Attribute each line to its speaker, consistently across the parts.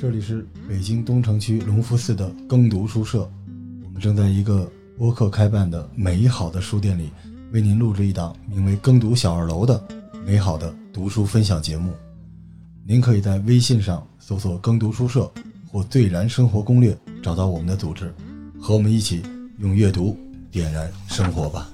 Speaker 1: 这里是北京东城区隆福寺的耕读书社，我们正在一个播客开办的美好的书店里，为您录制一档名为《耕读小二楼》的美好的读书分享节目。您可以在微信上搜索“耕读书社”或“最燃生活攻略”，找到我们的组织，和我们一起用阅读点燃生活吧。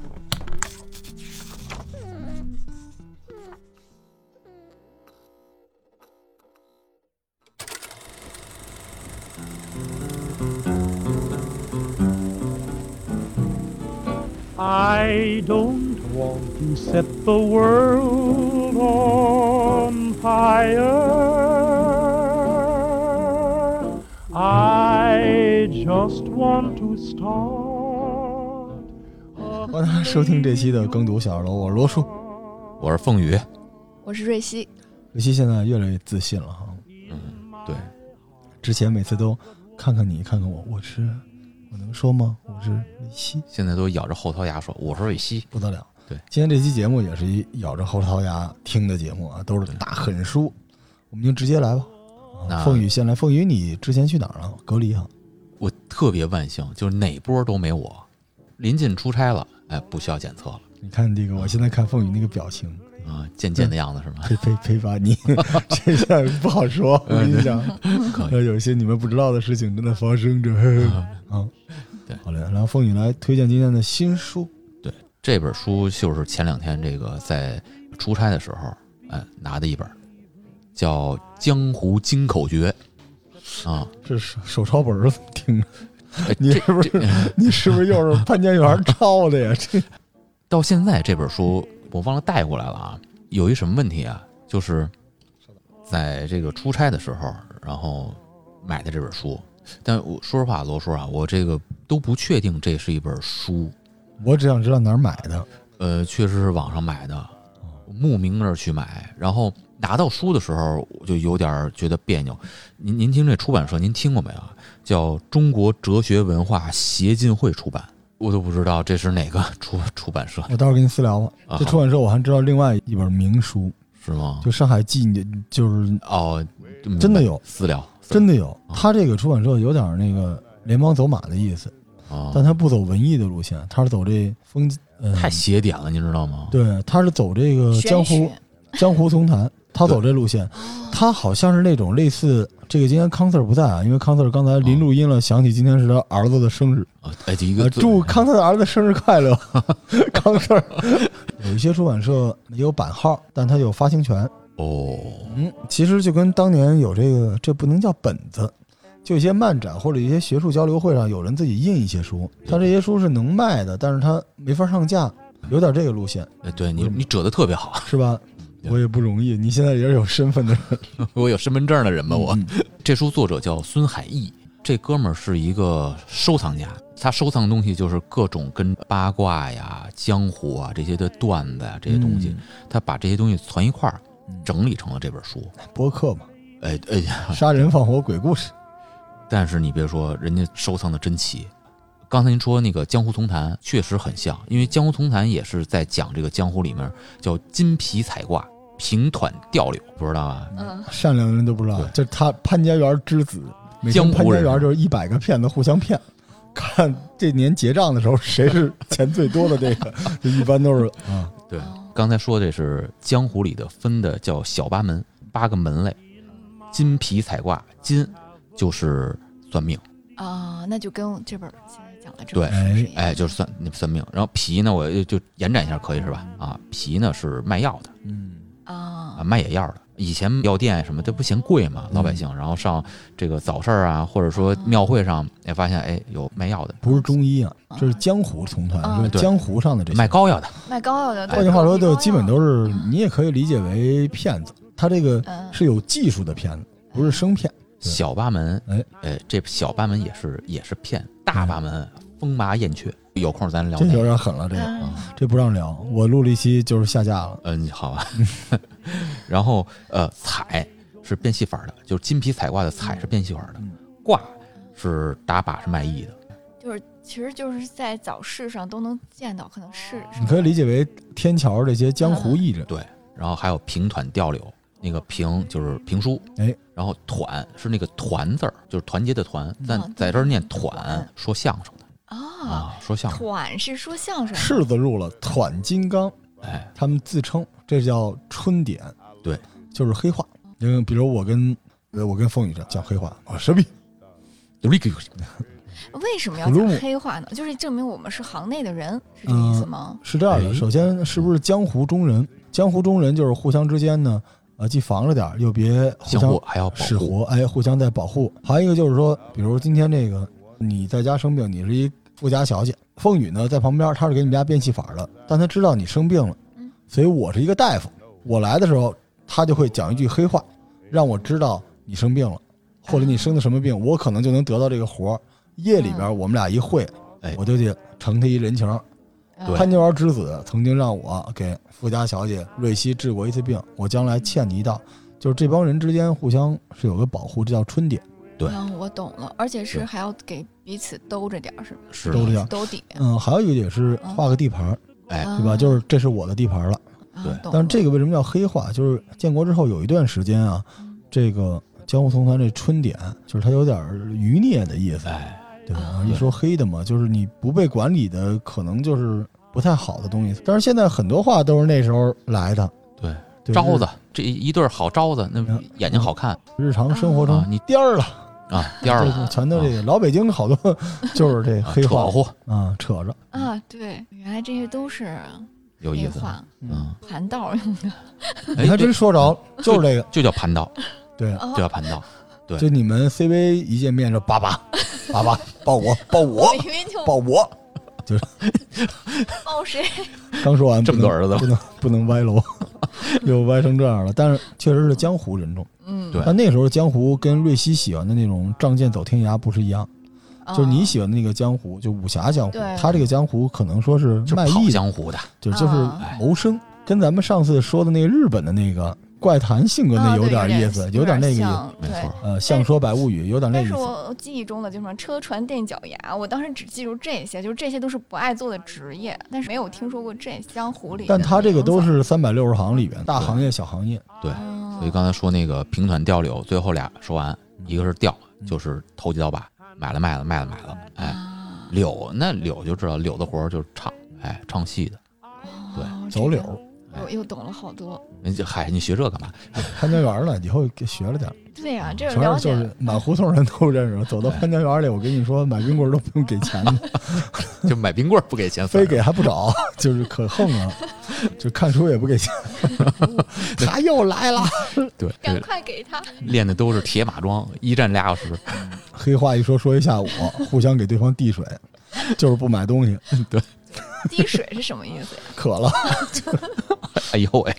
Speaker 2: I don't want to set the world on fire. I just want to start.
Speaker 1: 欢迎大家收听这期的《耕读小二楼》，我是罗叔。
Speaker 3: 我是凤宇，
Speaker 4: 我是瑞希，
Speaker 1: 瑞希现在越来越自信了哈，
Speaker 3: 嗯，对，
Speaker 1: 之前每次都看看你，看看我，我是我能说吗？我是瑞希，
Speaker 3: 现在都咬着后槽牙说我是瑞希，
Speaker 1: 不得了。
Speaker 3: 对，
Speaker 1: 今天这期节目也是一咬着后槽牙听的节目啊，都是大狠书，我们就直接来吧。啊
Speaker 3: 那
Speaker 1: 凤宇先来，凤宇你之前去哪儿了？隔离啊？
Speaker 3: 我特别万幸，就是哪波都没我。临近出差了，哎，不需要检测了
Speaker 1: 你看这个，我现在看凤宇那个表 情，
Speaker 3: 啊，贱贱的样子是吗？
Speaker 1: 呸呸呸吧你， 这事儿不好 说。我跟你讲，
Speaker 3: 嗯可
Speaker 1: 那有些你们不知道的事情正在发生 着。啊，
Speaker 3: 对
Speaker 1: 好嘞。然后凤宇来推荐今天的新书，
Speaker 3: 这本书就是前两天这个在出差的时候，哎，拿的一本，叫《江湖金口诀》啊，
Speaker 1: 这手手抄本儿听着，
Speaker 3: 哎
Speaker 1: 你
Speaker 3: 这
Speaker 1: 是不是
Speaker 3: 这
Speaker 1: 你是不是又是潘家 园抄的呀？这
Speaker 3: 到现在这本书我忘了带过来了啊。有一什么问题啊？就是在这个出差的时候，然后买的这本书。但我说实话，罗叔啊，我这个都不确定这是一本书，
Speaker 1: 我只想知道哪儿买的。
Speaker 3: 呃，确实是网上买的，慕名而去买。然后拿到书的时候，我就有点觉得别扭。您您听这出版社，您听过没有啊？叫中国哲学文化协进会出版，我都不知道这是哪个 出出版社，
Speaker 1: 我待会儿跟你私聊吧。
Speaker 3: 啊
Speaker 1: 这出版社我还知道另外一本名书，
Speaker 3: 是吗？
Speaker 1: 就上海纪念，就是
Speaker 3: 哦，明白
Speaker 1: 真的有
Speaker 3: 私聊，
Speaker 1: 真的有。他这个出版社有点那个联邦走马的意思，
Speaker 3: 啊，
Speaker 1: 但他不走文艺的路线，他是走这风，呃，
Speaker 3: 太邪点了，你知道吗？
Speaker 1: 对，他是走这个呃江
Speaker 4: 玄
Speaker 1: 湖
Speaker 4: 学，哦
Speaker 1: 江湖丛 谈，他走这路线，他好像是那种类似这个。今天康 Sir 不在啊，因为康 Sir 刚才临录音了，想起今天是他儿子的生日，
Speaker 3: 啊，哎，就一
Speaker 1: 呃
Speaker 3: 个字
Speaker 1: 祝康 Sir 的儿子生日快 乐，康 Sir。有一些出版社也有版号，但它有发行权。
Speaker 3: 哦，
Speaker 1: 嗯，其实就跟当年有这个，这不能叫本子，就一些漫展或者一些学术交流会上，有人自己印一些书，他这些书是能卖的，但是他没法上架，有点这个路线，
Speaker 3: 哎，对你你折的特别好，
Speaker 1: 是吧？
Speaker 3: 对
Speaker 1: 我也不容易，你现在也是有身份的人
Speaker 3: 我有身份证的人吧？我
Speaker 1: 嗯
Speaker 3: 这书作者叫孙海义，这哥们儿是一个收藏家，他收藏的东西就是各种跟八卦呀、江湖啊这些的段子呀、这些东西，他把这些东西攒一块儿
Speaker 1: 嗯，
Speaker 3: 整理成了这本书。
Speaker 1: 播客 嘛，
Speaker 3: 哎哎呀，
Speaker 1: 杀人放火鬼故事，
Speaker 3: 但是你别说，人家收藏的真齐。刚才您说那个《江湖丛谈》确实很像，因为《江湖丛谈》也是在讲这个江湖里面叫金皮彩挂、平团吊柳，不知道啊吧？
Speaker 4: 嗯，
Speaker 1: 善良的人都不知道
Speaker 3: 对，
Speaker 1: 这他潘家园之子，每天
Speaker 3: 江湖
Speaker 1: 潘家
Speaker 3: 人
Speaker 1: 园
Speaker 3: 士
Speaker 1: 就是一百个骗子互相骗。看这年结账的时候，谁是钱最多的这个，就一般都是啊，
Speaker 3: 对，
Speaker 4: 哦
Speaker 3: 刚才说这是江湖里的分的叫小八门，八个门类。金皮彩挂，金就是算命，
Speaker 4: 啊，那就跟这本今天讲的这
Speaker 3: 对
Speaker 4: 本书是一样的
Speaker 3: 哎，就是算那算命。然后皮呢，我就就延展一下，可以是吧？啊，皮呢是卖药的。
Speaker 1: 嗯，
Speaker 3: 啊，
Speaker 4: 啊，
Speaker 3: 卖野药的。以前药店什么这不嫌贵嘛，老百
Speaker 1: 嗯
Speaker 3: 姓，然后上这个早市儿啊，或者说庙会上，哎，发现哎有卖药的，
Speaker 1: 哦不是中医啊，
Speaker 4: 啊
Speaker 1: 这是江湖丛
Speaker 4: 啊
Speaker 1: 谈，就是
Speaker 3: 对
Speaker 1: 江湖上的这些
Speaker 3: 卖。膏药的，
Speaker 4: 卖膏药的，
Speaker 1: 哎换句话说，就基本
Speaker 4: 是
Speaker 1: 都是你也可以理解为骗子，他这个
Speaker 4: 嗯
Speaker 1: 是有技术的骗子，不是生骗。对
Speaker 3: 小八门，
Speaker 1: 哎
Speaker 3: 哎，这小八门也是也是骗，大八门风麻燕雀，有空咱聊
Speaker 1: 这
Speaker 3: 那
Speaker 1: 有
Speaker 3: 个。
Speaker 1: 点狠了，这啊个
Speaker 4: 嗯
Speaker 1: 这不让聊。我录了一期就是下架了，
Speaker 3: 嗯，好吧。 然后呃，彩是变戏法儿的，就是金皮彩挂的彩是变戏法儿的
Speaker 1: 嗯，
Speaker 3: 挂是打靶是卖艺的，
Speaker 4: 就是其实就是在早市上都能见到，可能是
Speaker 1: 你可以理解为天桥这些江湖艺人。
Speaker 3: 对。然后还有平团吊柳，那个评就是评书，
Speaker 1: 哎，
Speaker 3: 然后团是那个团字儿，就是团结的团，但
Speaker 4: 哦
Speaker 3: 在这儿念
Speaker 4: 团
Speaker 3: 团，说相声的
Speaker 4: 啊，
Speaker 3: 啊，说相声，
Speaker 4: 团是说相声的，
Speaker 1: 柿子入了团金刚，
Speaker 3: 哎，
Speaker 1: 他们自称这叫春点，
Speaker 3: 对，
Speaker 1: 就是黑话。因为比如我跟呃我跟凤女士讲黑话，啊我什么
Speaker 4: 为什么要
Speaker 1: 普鲁
Speaker 4: 讲
Speaker 1: 姆嗯
Speaker 4: 黑话呢？就是证明我们是行内的人，是这意思吗？
Speaker 1: 是这样的，
Speaker 3: 哎
Speaker 1: 首先是不是江湖中人？江湖中人就是互相之间呢，呃，既防着点儿，又别互
Speaker 3: 相
Speaker 1: 相
Speaker 3: 互还要保
Speaker 1: 使
Speaker 3: 护，
Speaker 1: 活，哎，互相在保护。还有一个就是说，比如今天这个你在家生病，你是一富家小姐，凤雨呢在旁边，她是给你们家变戏法的，但她知道你生病了
Speaker 4: 嗯，
Speaker 1: 所以我是一个大夫，我来的时候，她就会讲一句黑话，让我知道你生病了，或者你生的什么病，我可能就能得到这个活儿。夜里边我们俩一会，
Speaker 3: 哎
Speaker 1: 我就得承她一人情。
Speaker 3: 对
Speaker 1: 潘家园之子曾经让我给富家小姐瑞希治过一次病，我将来欠你一道。就是这帮人之间互相是有个保护，这叫春点。
Speaker 3: 对
Speaker 4: 嗯，我懂了，而且是
Speaker 3: 对
Speaker 4: 还要给彼此兜着点儿，是吧？
Speaker 3: 是
Speaker 1: 兜着
Speaker 3: 的，
Speaker 1: 点儿
Speaker 4: 兜底，
Speaker 1: 嗯，还有一个也是画个地盘儿，
Speaker 3: 哎
Speaker 4: 嗯
Speaker 1: 对吧？就是这是我的地盘儿了。
Speaker 3: 对
Speaker 1: 但是这个为什么叫黑化？就是建国之后有一段时间啊，这个江湖丛谈这春点，就是它有点儿余孽的意思，
Speaker 3: 哎，
Speaker 1: 对吧
Speaker 4: 啊？
Speaker 1: 一说黑的嘛，就是你不被管理的，可能就是不太好的东西。但是现在很多话都是那时候来的，
Speaker 3: 对，
Speaker 1: 对
Speaker 3: 招子这一对儿好招子，那
Speaker 1: 嗯
Speaker 3: 眼睛好看
Speaker 1: 日常生活中
Speaker 3: 啊你
Speaker 1: 颠儿了。
Speaker 3: 啊，
Speaker 4: 嗯
Speaker 3: 第二
Speaker 1: 对
Speaker 3: 了
Speaker 1: 对，全都这个老北京好多 就是这
Speaker 3: 啊
Speaker 1: 黑
Speaker 3: 扯
Speaker 1: 话
Speaker 3: 乎，
Speaker 1: 啊，扯着。
Speaker 4: 啊，对，原来这些都是
Speaker 3: 有
Speaker 4: 黑
Speaker 3: 意
Speaker 1: 啊
Speaker 3: 思，
Speaker 4: 话，
Speaker 3: 嗯，
Speaker 4: 盘道用的。
Speaker 3: 哎
Speaker 1: 你还真说着了，就是这个，
Speaker 3: 就叫盘道，
Speaker 1: 对，
Speaker 4: 哦
Speaker 3: 就叫盘道，对
Speaker 1: 就你们 CV 一见面就叭 叭叭叭抱我抱我
Speaker 3: 哎
Speaker 4: 我以为就
Speaker 1: 抱我，
Speaker 4: 报谁？
Speaker 1: 刚说完
Speaker 3: 这么多儿子
Speaker 1: 不能不能不能歪 楼，又歪成这样了。但是确实是江湖人众，
Speaker 4: 嗯，
Speaker 3: 对
Speaker 1: 但那时候江湖跟瑞希喜欢的那种仗剑走天涯不是一样，
Speaker 4: 啊
Speaker 1: 就是你喜欢的那个江湖，就武侠江湖
Speaker 4: 对，
Speaker 1: 他这个江湖可能说是
Speaker 3: 就是
Speaker 1: 卖
Speaker 3: 跑
Speaker 1: 艺的。
Speaker 3: 江湖的，哎
Speaker 1: 就就是
Speaker 4: 啊
Speaker 1: 谋生，跟咱们上次说的那个日本的那个怪谈性格
Speaker 4: 啊
Speaker 1: 那
Speaker 4: 对有
Speaker 1: 点
Speaker 4: 点
Speaker 1: 意思，
Speaker 4: 有
Speaker 1: 点那个意思，
Speaker 4: 像
Speaker 3: 没
Speaker 4: 对
Speaker 3: 错。
Speaker 1: 呃，像说百物语有点那
Speaker 4: 但
Speaker 1: 意
Speaker 4: 是
Speaker 1: 思，
Speaker 4: 我记忆中的就什么车船垫脚牙，我当时只记住这些，就是这些都是不爱做的职业，但是没有听说过这江湖里的
Speaker 1: 但
Speaker 4: 名字。
Speaker 1: 他这个都是三百六十行里边大行业小行业，
Speaker 3: 对，
Speaker 4: 嗯，
Speaker 3: 所以刚才说那个平团调柳，最后俩说完，一个是调，
Speaker 4: 嗯
Speaker 3: 就是投机倒把，买了卖了，卖了买了，哎，
Speaker 4: 啊
Speaker 3: 柳那柳就知道柳的活儿就是唱，哎，唱戏的。对
Speaker 4: 哦
Speaker 1: 走
Speaker 4: 这
Speaker 1: 柳
Speaker 4: 个，又又懂了好多。
Speaker 3: 人家嗨，你学这干嘛？
Speaker 1: 潘家园了，以后给学了点儿，
Speaker 4: 对呀、这
Speaker 1: 全
Speaker 4: 了
Speaker 1: 嗯是就
Speaker 4: 解
Speaker 1: 是满胡同人都认识，走到潘家园里，我跟你说，买冰棍儿都不用给钱 的，
Speaker 3: 就买冰棍儿不给钱，
Speaker 1: 非给还不找，就是可横了，就看书也不给钱， 他又来了，
Speaker 3: 对，
Speaker 4: 赶
Speaker 3: 这
Speaker 4: 快给 他。
Speaker 3: 练的都是铁马 桩，一站俩小时。
Speaker 4: 嗯
Speaker 1: 黑话一说说一下午，互相给对方递水，就是不买东西，
Speaker 4: 滴水是什么意思呀？
Speaker 1: 渴了。
Speaker 3: 哎呦喂，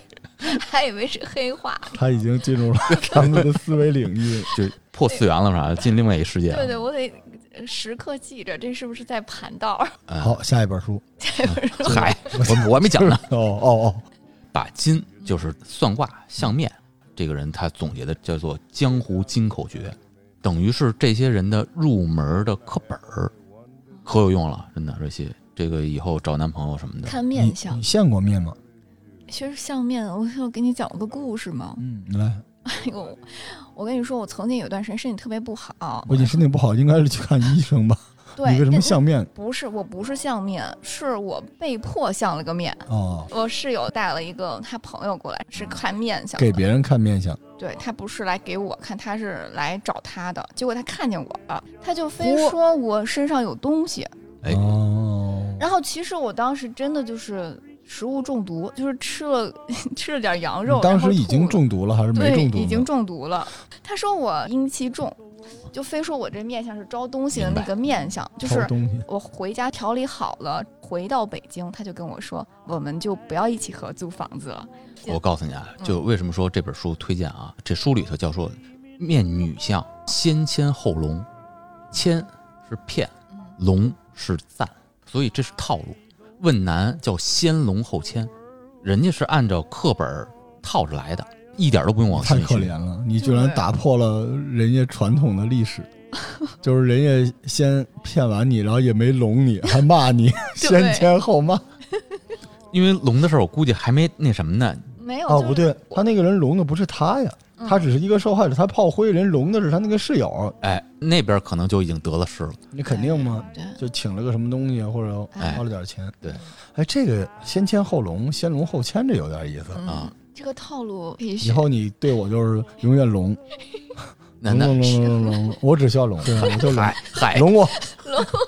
Speaker 4: 还以为是黑话。
Speaker 1: 他已经进入了咱们的思维领域。
Speaker 3: 就破次元了啥，进另外一世界
Speaker 4: 对对，
Speaker 3: 了。
Speaker 4: 我得呃时刻记着，这是不是在盘道？
Speaker 3: 嗯，
Speaker 1: 好，下一本书。
Speaker 3: 嗨，我我还没讲呢。
Speaker 1: 哦哦哦，
Speaker 3: 把金就是算卦相面，这个人他总结的叫做江湖金口诀，等于是这些人的入门的课本儿，可有用了，真的这些。这个以后找男朋友什么的，
Speaker 4: 看
Speaker 1: 你
Speaker 4: 面相
Speaker 1: 你，见过面吗？
Speaker 4: 其实相面，我我给你讲过个故事嘛。
Speaker 1: 嗯，你来。
Speaker 4: 哎呦，我跟你说，我曾经有段时间身体特别不好。
Speaker 1: 我你身体不好，应该是去看医生吧？
Speaker 4: 对，
Speaker 1: 你为什么
Speaker 4: 但
Speaker 1: 相面？
Speaker 4: 不是，我不是相面，是我被迫相了个面。
Speaker 1: 哦，
Speaker 4: 我室友带了一个他朋友过来，是看面相的，
Speaker 1: 给别人看面相，
Speaker 4: 对他不是来给我看，他是来找他的。结果他看见我了，他就非
Speaker 1: 嚯
Speaker 4: 说我身上有东西。
Speaker 3: 哎，
Speaker 1: 哦，
Speaker 4: 然后其实我当时真的就是食物中毒，就是吃了 吃了点羊肉
Speaker 1: 你，当
Speaker 4: 然后
Speaker 1: 时已经
Speaker 4: 吐了
Speaker 1: 中毒了还是没
Speaker 4: 对
Speaker 1: 中毒呢？
Speaker 4: 已经中毒了。他说我阴气重，就非说我这面相是招东西的那个面相，就
Speaker 1: 掏
Speaker 4: 是
Speaker 1: 东西。
Speaker 4: 我回家调理好了，回到北京，他就跟我说，我们就不要一起合租房子了。
Speaker 3: 我告诉你啊，
Speaker 4: 嗯
Speaker 3: 就为什么说这本书推荐啊？这书里头叫说面女相，先谦后龙，谦是骗，
Speaker 4: 嗯，
Speaker 3: 龙是赞，所以这是套路。问南叫先龙后谦，人家是按照课本儿套着来的，一点都不用往心
Speaker 1: 太
Speaker 3: 里
Speaker 1: 可
Speaker 3: 去
Speaker 1: 怜。了，你居然打破了人家传统的历史，就是人家先骗完你，然后也没拢你，还骂你，先
Speaker 4: 对
Speaker 1: 奸后骂。
Speaker 3: 因为龙的事儿，我估计还没那什么呢。
Speaker 4: 没有
Speaker 1: 啊，
Speaker 4: 就是
Speaker 1: 不对，他那个人聋的不是他呀，
Speaker 4: 嗯
Speaker 1: 他只是一个受害者，他炮灰人聋的是他那个室友，
Speaker 3: 哎，那边可能就已经得了势了。
Speaker 1: 你肯定吗？
Speaker 4: 哎对，
Speaker 1: 就请了个什么东西，啊或者
Speaker 4: 哎
Speaker 1: 花了点钱。
Speaker 3: 对，
Speaker 1: 哎，这个先签后聋，先聋后签，这有点意思。
Speaker 3: 啊
Speaker 4: 嗯，这个套路必
Speaker 1: 以
Speaker 4: 须
Speaker 1: 后你对我就是永远聋，
Speaker 3: 那
Speaker 1: 聋
Speaker 3: 那
Speaker 1: 聋聋聋聋聋，我只需要 聋，对，我就聋，
Speaker 3: 嗨嗨，
Speaker 1: 聋我，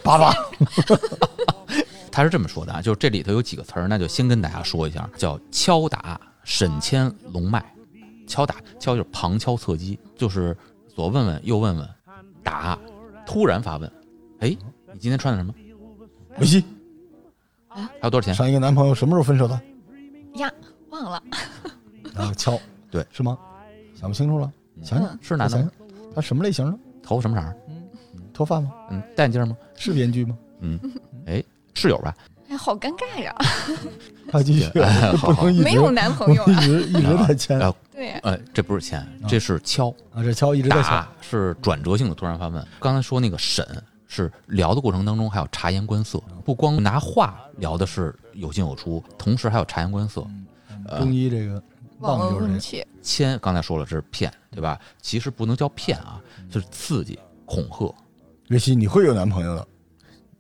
Speaker 1: 爸 爸，
Speaker 3: 他是这么说的啊，就是这里头有几个词儿，那就先跟大家说一下，叫敲打、沈牵、龙脉。敲打敲就是旁敲侧击，就是左问问右问问，打突然发问，哎，你今天穿的什么？
Speaker 1: 维西，
Speaker 3: 还有多少钱？
Speaker 1: 上一个男朋友什么时候分 手的？
Speaker 4: 呀，忘了，
Speaker 1: 然后啊敲，
Speaker 3: 对，
Speaker 1: 是吗？想不清楚了，想想
Speaker 4: 嗯
Speaker 3: 是男的
Speaker 1: 想
Speaker 3: 吗
Speaker 1: 想？，他什么类型的？
Speaker 3: 头发什么色儿？
Speaker 1: 头发吗？
Speaker 3: 嗯，戴眼镜吗？嗯
Speaker 1: 是编剧 吗？
Speaker 3: 室友 吧？
Speaker 4: 哎，好尴尬呀，
Speaker 1: 他继续，
Speaker 3: 哎好
Speaker 1: 不
Speaker 3: 好
Speaker 1: 能一直
Speaker 4: 没有男朋友
Speaker 1: 一
Speaker 4: 啊，
Speaker 1: 直一直在签
Speaker 3: 啊
Speaker 1: 啊，
Speaker 4: 对，
Speaker 3: 呃，这不是钱，这是敲
Speaker 1: 这敲一直在敲
Speaker 3: 打，是转折性的突然发问。刚才说那个审是聊的过程当中还有察言观色，不光拿话聊的是有进有出，同时还有察言观色。呃
Speaker 1: 中医这个
Speaker 4: 望
Speaker 1: 望
Speaker 4: 闻
Speaker 1: 就是
Speaker 4: 问
Speaker 1: 这
Speaker 4: 切，
Speaker 3: 牵刚才说了这是骗，对吧？其实不能叫骗啊，就是刺激、恐吓。
Speaker 1: 瑞希，你会有男朋友的，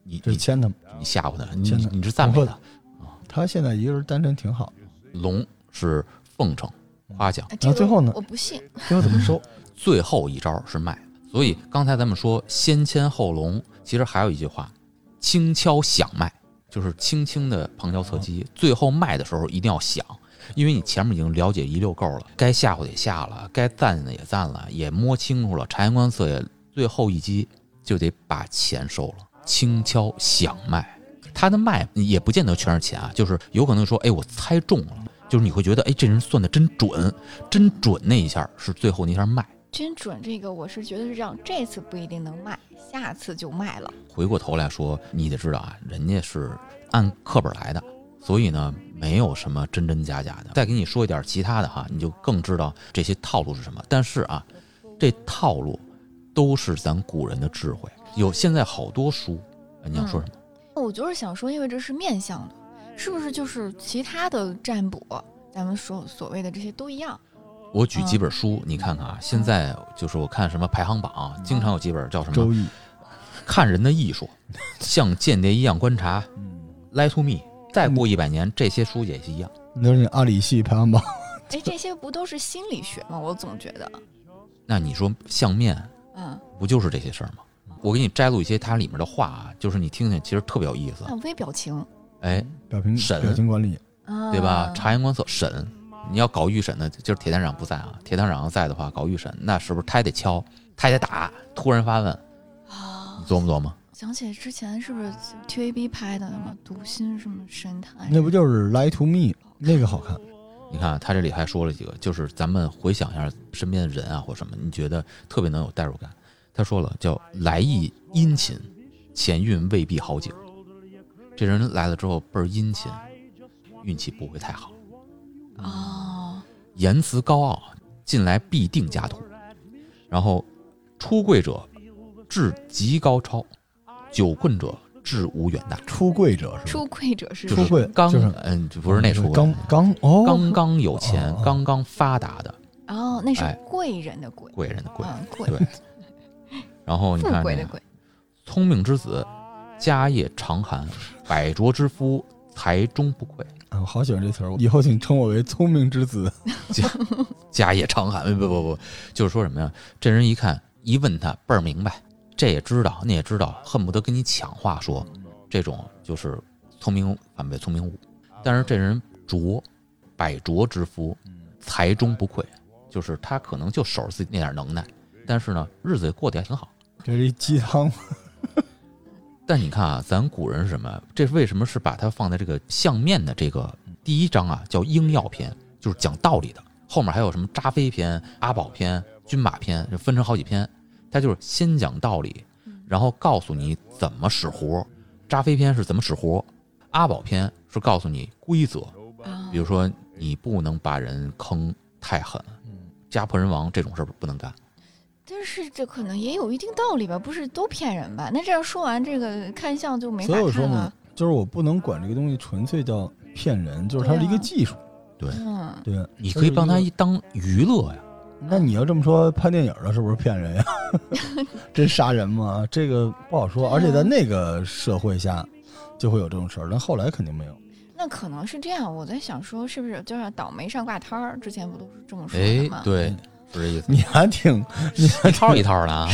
Speaker 3: 你
Speaker 1: 这是
Speaker 3: 你
Speaker 1: 签的吗？
Speaker 3: 你吓唬他，你
Speaker 1: 真的
Speaker 3: 你是赞美
Speaker 1: 恐吓
Speaker 3: 他
Speaker 1: 他。他现在一个人单身挺好，
Speaker 3: 龙是奉承、夸奖，
Speaker 4: 哎
Speaker 1: 然后最后呢
Speaker 4: 我不信，
Speaker 1: 最后怎么收？
Speaker 3: 最后一招是卖。所以刚才咱们说先牵后龙，其实还有一句话，轻敲响卖，就是轻轻的旁敲侧击，最后卖的时候一定要响。因为你前面已经了解一溜够了，该吓唬的也吓了，该赞的也赞了，也摸清楚了，察言观色也，最后一击就得把钱收了，轻敲响卖。他的卖也不见得全是钱啊，就是有可能说，哎，我猜中了，就是你会觉得，哎，这人算的真准，真准那一下是最后那一下卖。
Speaker 4: 真准这个，我是觉得是这样，这次不一定能卖，下次就卖了，
Speaker 3: 回过头来说，你得知道啊，人家是按课本来的，所以呢，没有什么真真假假的。再给你说一点其他的哈，你就更知道这些套路是什么。但是啊，这套路都是咱古人的智慧。有现在好多书，呃你想说什么？
Speaker 4: 我就是想说，因为这是面相的，是不是就是其他的占卜，咱们所所谓的这些都一样？
Speaker 3: 我举几本书，你看看啊。现在就是我看什么排行榜，啊经常有几本叫什么
Speaker 1: 周易，
Speaker 3: “看人的艺术”，像间谍一样观察，
Speaker 1: 嗯，
Speaker 3: 《Lie to Me》。再过一百年，这些书也是一样。
Speaker 1: 那是你阿里系排行榜，
Speaker 4: 哎，这些不都是心理学吗？我总觉得，
Speaker 3: 那你说相面
Speaker 4: 嗯，
Speaker 3: 不就是这些事儿吗？我给你摘录一些它里面的话啊，就是你听听，其实特别有意思。
Speaker 4: 看微表情，
Speaker 3: 哎，
Speaker 1: 表情
Speaker 3: 神
Speaker 1: 表情管理，
Speaker 4: 啊，
Speaker 3: 对吧？察言观色，审。你要搞预审的，就是铁探长不在啊。铁探长在的话，搞预审，那是不是他也得敲，他也得打，突然发问，
Speaker 4: 啊
Speaker 3: 你，琢磨琢磨。
Speaker 4: 想起之前是不是 TVB 拍的什么《读心》什么神探？
Speaker 1: 那不就是《Lie to Me》那个好看？
Speaker 3: 你看啊他这里还说了几个，就是咱们回想一下身边的人啊或什么，你觉得特别能有代入感。他说了，叫来意殷勤，前运未必好景。这人来了之后倍儿殷勤，运气不会太好。
Speaker 4: 哦，
Speaker 3: 言辞高傲，近来必定家徒。然后，出柜者志极高超，酒棍者志无远大。
Speaker 1: 出柜者是吧？
Speaker 4: 出柜者是
Speaker 3: 就
Speaker 1: 出
Speaker 3: 是
Speaker 1: 柜
Speaker 3: 刚
Speaker 1: 就是
Speaker 3: 嗯，就不是那出柜，
Speaker 1: 刚刚哦，
Speaker 3: 刚刚有钱
Speaker 1: 哦哦，
Speaker 3: 刚刚发达的
Speaker 4: 哦，那是
Speaker 3: 哎
Speaker 4: 贵人的贵，
Speaker 3: 贵人的贵。
Speaker 4: 嗯，贵
Speaker 3: 对，然后你
Speaker 4: 富
Speaker 3: 看
Speaker 4: 贵
Speaker 3: 这
Speaker 4: 的
Speaker 3: 个
Speaker 4: 贵，
Speaker 3: 聪明之子，家业长寒，百浊之夫，财中不愧。
Speaker 1: 啊，我好喜欢这词儿，以后请称我为聪明之子。
Speaker 3: 家业长寒，不不不，就是说什么呀？这人一看一问他倍儿明白，这也知道那也知道，恨不得跟你抢话说，这种就是聪明反被聪明误。但是这人拙，百拙之夫，财中不愧，就是他可能就守着自己那点能耐，但是呢，日子也过得也挺好。
Speaker 1: 这是一鸡汤，
Speaker 3: 但你看啊，咱古人是什么？这为什么是把它放在这个相面的这个第一章啊？叫应要篇，就是讲道理的。后面还有什么扎飞篇、阿宝篇、军马篇，就分成好几篇。它就是先讲道理，然后告诉你怎么使活。扎飞篇是怎么使活，阿宝篇是告诉你规则，
Speaker 4: 啊
Speaker 3: 比如说你不能把人坑太狠，家破人亡这种事儿不能干。
Speaker 4: 但是这可能也有一定道理吧，不是都骗人吧？那这样说完这个看相就没法
Speaker 1: 所以我
Speaker 4: 看
Speaker 1: 说嘛
Speaker 4: 了，，啊啊
Speaker 1: 就是我不能管这个东西纯粹叫骗人，就是它是一个技术，
Speaker 3: 对，
Speaker 4: 嗯，
Speaker 1: 对，
Speaker 3: 你可以帮他一当娱乐呀。
Speaker 1: 那你要这么说，拍电影的是不是骗人呀？ 真杀人吗？这个不好
Speaker 4: 啊
Speaker 1: 说，而且在那个社会下，就会有这种事儿，但后来肯定没有。
Speaker 4: 那可能是这样。我在想说，是不是就是倒霉上挂摊儿？之前不都是这么说
Speaker 3: 哎
Speaker 4: 的吗？，
Speaker 3: 对，是这意思。
Speaker 1: 你还 挺，你还
Speaker 3: 一套一套的啊，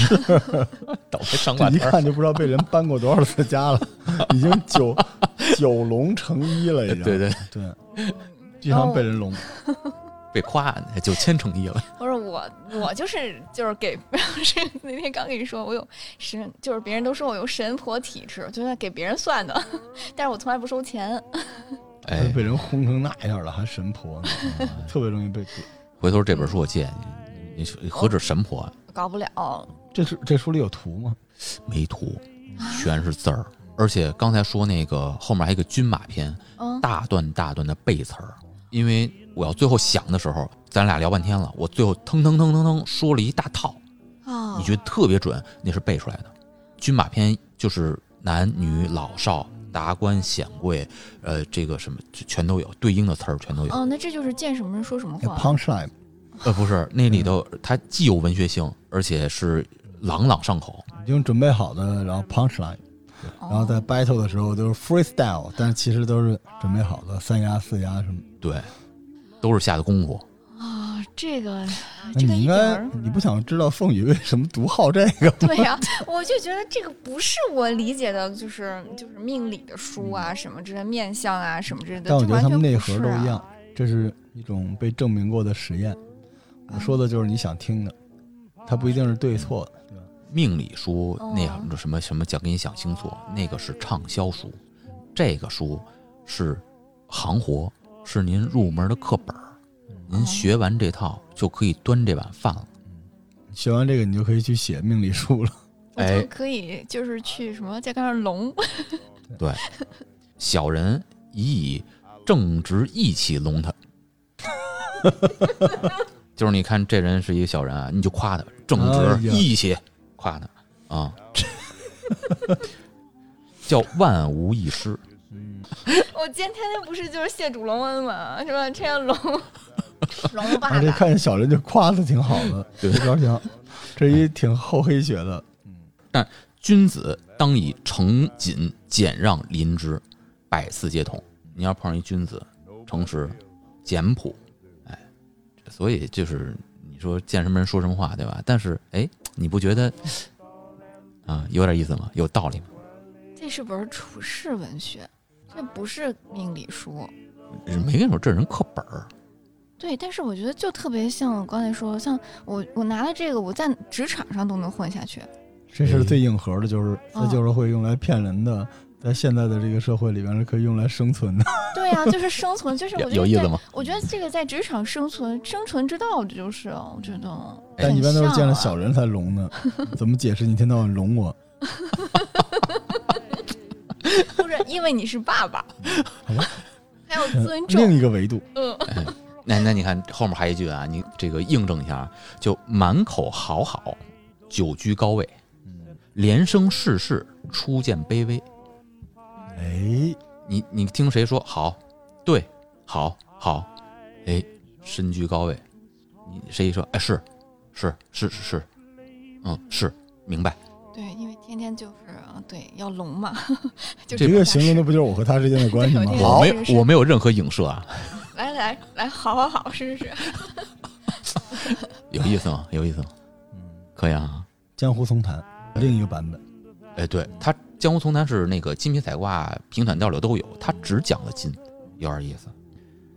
Speaker 3: 倒霉上挂
Speaker 1: 一
Speaker 3: 摊儿。
Speaker 1: 看就不知道被人搬过多少次家 了，已经九九龙成一了，已经。
Speaker 3: 对对，
Speaker 1: 对，经常被人笼。
Speaker 3: 被夸九千乘一了。
Speaker 4: 不是我，我就是就是给， 是那天刚跟你说，我有神，就是别人都说我有神婆体质，就是给别人算的， 但是我从来不收钱。
Speaker 3: 哎，
Speaker 1: 被人轰成那样了，还神婆呢，嗯特别容易被鬼。
Speaker 3: 回头这本书我借你，你何止神婆啊，
Speaker 4: 搞不了，
Speaker 1: 这是这书里有图吗？
Speaker 3: 没图，全是字儿。而且刚才说那个后面还有一个军马篇，
Speaker 4: 嗯，
Speaker 3: 大段大段的背词儿，因为我要最后想的时候，咱俩聊半天了，我最后腾腾腾腾腾说了一大套，
Speaker 4: 啊，
Speaker 3: 你觉得特别准，那是背出来的。军马篇就是男女老少、达官显贵，呃，这个什么全都有，对应的词儿全都有。
Speaker 4: 哦，那这就是见什么人说什么
Speaker 1: 那
Speaker 4: 话，
Speaker 1: punchline
Speaker 3: 呃，不是，那里头它既有文学性，而且是朗朗上口。
Speaker 1: 已经准备好的，然后 punchline，然后
Speaker 4: 哦
Speaker 1: 在 battle 的时候都是 freestyle，但其实都是准备好的三压四压什么。
Speaker 3: 对，都是下的功夫。
Speaker 4: 啊，这个
Speaker 1: 那
Speaker 4: 啊这个
Speaker 1: 你
Speaker 4: 一
Speaker 1: 应
Speaker 4: 点
Speaker 1: 该
Speaker 4: 儿，
Speaker 1: 你不想知道凤羽为什么独好这个？
Speaker 4: 对呀、 我就觉得这个不是我理解的，就是就是命理的书啊，什么之类，面相啊，什么之类
Speaker 1: 嗯
Speaker 4: 的。
Speaker 1: 但我觉得他们内
Speaker 4: 这
Speaker 1: 核
Speaker 4: 完全不
Speaker 1: 都
Speaker 4: 是啊
Speaker 1: 一样，，这是一种被证明过的实验。我
Speaker 4: 嗯
Speaker 1: 说的就是你想听的，它不一定是对错的。对吧
Speaker 3: 命理书
Speaker 4: 哦
Speaker 3: 那样的什么什么讲给你想清楚，那个是畅销书，这个书是行活，是您入门的课本儿。
Speaker 4: 嗯哦
Speaker 3: 您学完这套就可以端这碗饭了。
Speaker 1: 学完这个，你就可以去写命理书了。
Speaker 4: 我
Speaker 3: 哎
Speaker 4: 就可以就是去什么再看看龙，
Speaker 3: 对，小人宜以正直义气笼他。就是你看这人是一个小人啊，你就夸他正
Speaker 1: 哎
Speaker 3: 直
Speaker 1: 呀
Speaker 3: 义气，夸他 啊，叫万无一失。
Speaker 4: 我今天天天不是就是谢主隆恩嘛，是吧？这样 龙龙爸
Speaker 1: 而且
Speaker 4: 爸，
Speaker 1: 啊看见小人就夸他挺好的，
Speaker 3: 对
Speaker 1: 这招挺好，这一挺厚黑学的。
Speaker 3: 君子当以诚谨俭让临之，百事皆通。你要碰上一君子，诚实、简朴，哎，所以就是你说见什么人说什么话，对吧？但是哎，你不觉得啊有点意思吗？有道理吗？
Speaker 4: 这是本处世文学，这不是命理书。
Speaker 3: 没跟你说这人课本儿，
Speaker 4: 对，但是我觉得就特别像我刚才说，像我我拿了这个，我在职场上都能混下去。
Speaker 1: 这是最硬核的，就是
Speaker 4: 嗯
Speaker 1: 它就是会用来骗人的，在现在的这个社会里边是可以用来生存的。
Speaker 4: 对呀、就是生存，就是我
Speaker 3: 有
Speaker 4: 觉得
Speaker 3: 有意
Speaker 4: 在
Speaker 3: 思吗？
Speaker 4: 我觉得这个在职场生存生存之道，这就是我觉得很像啊。
Speaker 1: 但一般都是见了小人才聋 呢，怎么解释你一天到晚聋我？
Speaker 4: 不是因为你是爸 爸，
Speaker 1: 好吧，
Speaker 4: 还有
Speaker 1: 哎嗯
Speaker 4: 尊重，
Speaker 1: 另一个维度，
Speaker 4: 嗯，
Speaker 3: 那那你看后面还一句啊，你这个印证一下，啊就满口好好，久居高位，连生世世，初见卑微。
Speaker 1: 哎，
Speaker 3: 你你听谁说好，对，好，好，哎，身居高位，你谁一说，哎，是，是，是，是，是，嗯，是，明白，
Speaker 4: 对，因为天天就是啊，对，要聋嘛，就
Speaker 1: 这
Speaker 4: 是
Speaker 1: 个
Speaker 4: 大
Speaker 1: 形容的
Speaker 4: 师
Speaker 1: 不就是我和他之间的关系吗
Speaker 4: 对？
Speaker 3: 我
Speaker 4: 好
Speaker 3: 没
Speaker 4: 是是
Speaker 3: 有我没有任何影射啊，
Speaker 4: 来来来，好好好，是是是，
Speaker 3: 有意思吗？有意思吗？可以啊，
Speaker 1: 江湖丛谈另一个版本，
Speaker 3: 哎，对他《江湖丛谈》是那个金瓶彩卦、平坦道柳都有，他只讲了金，有点意思。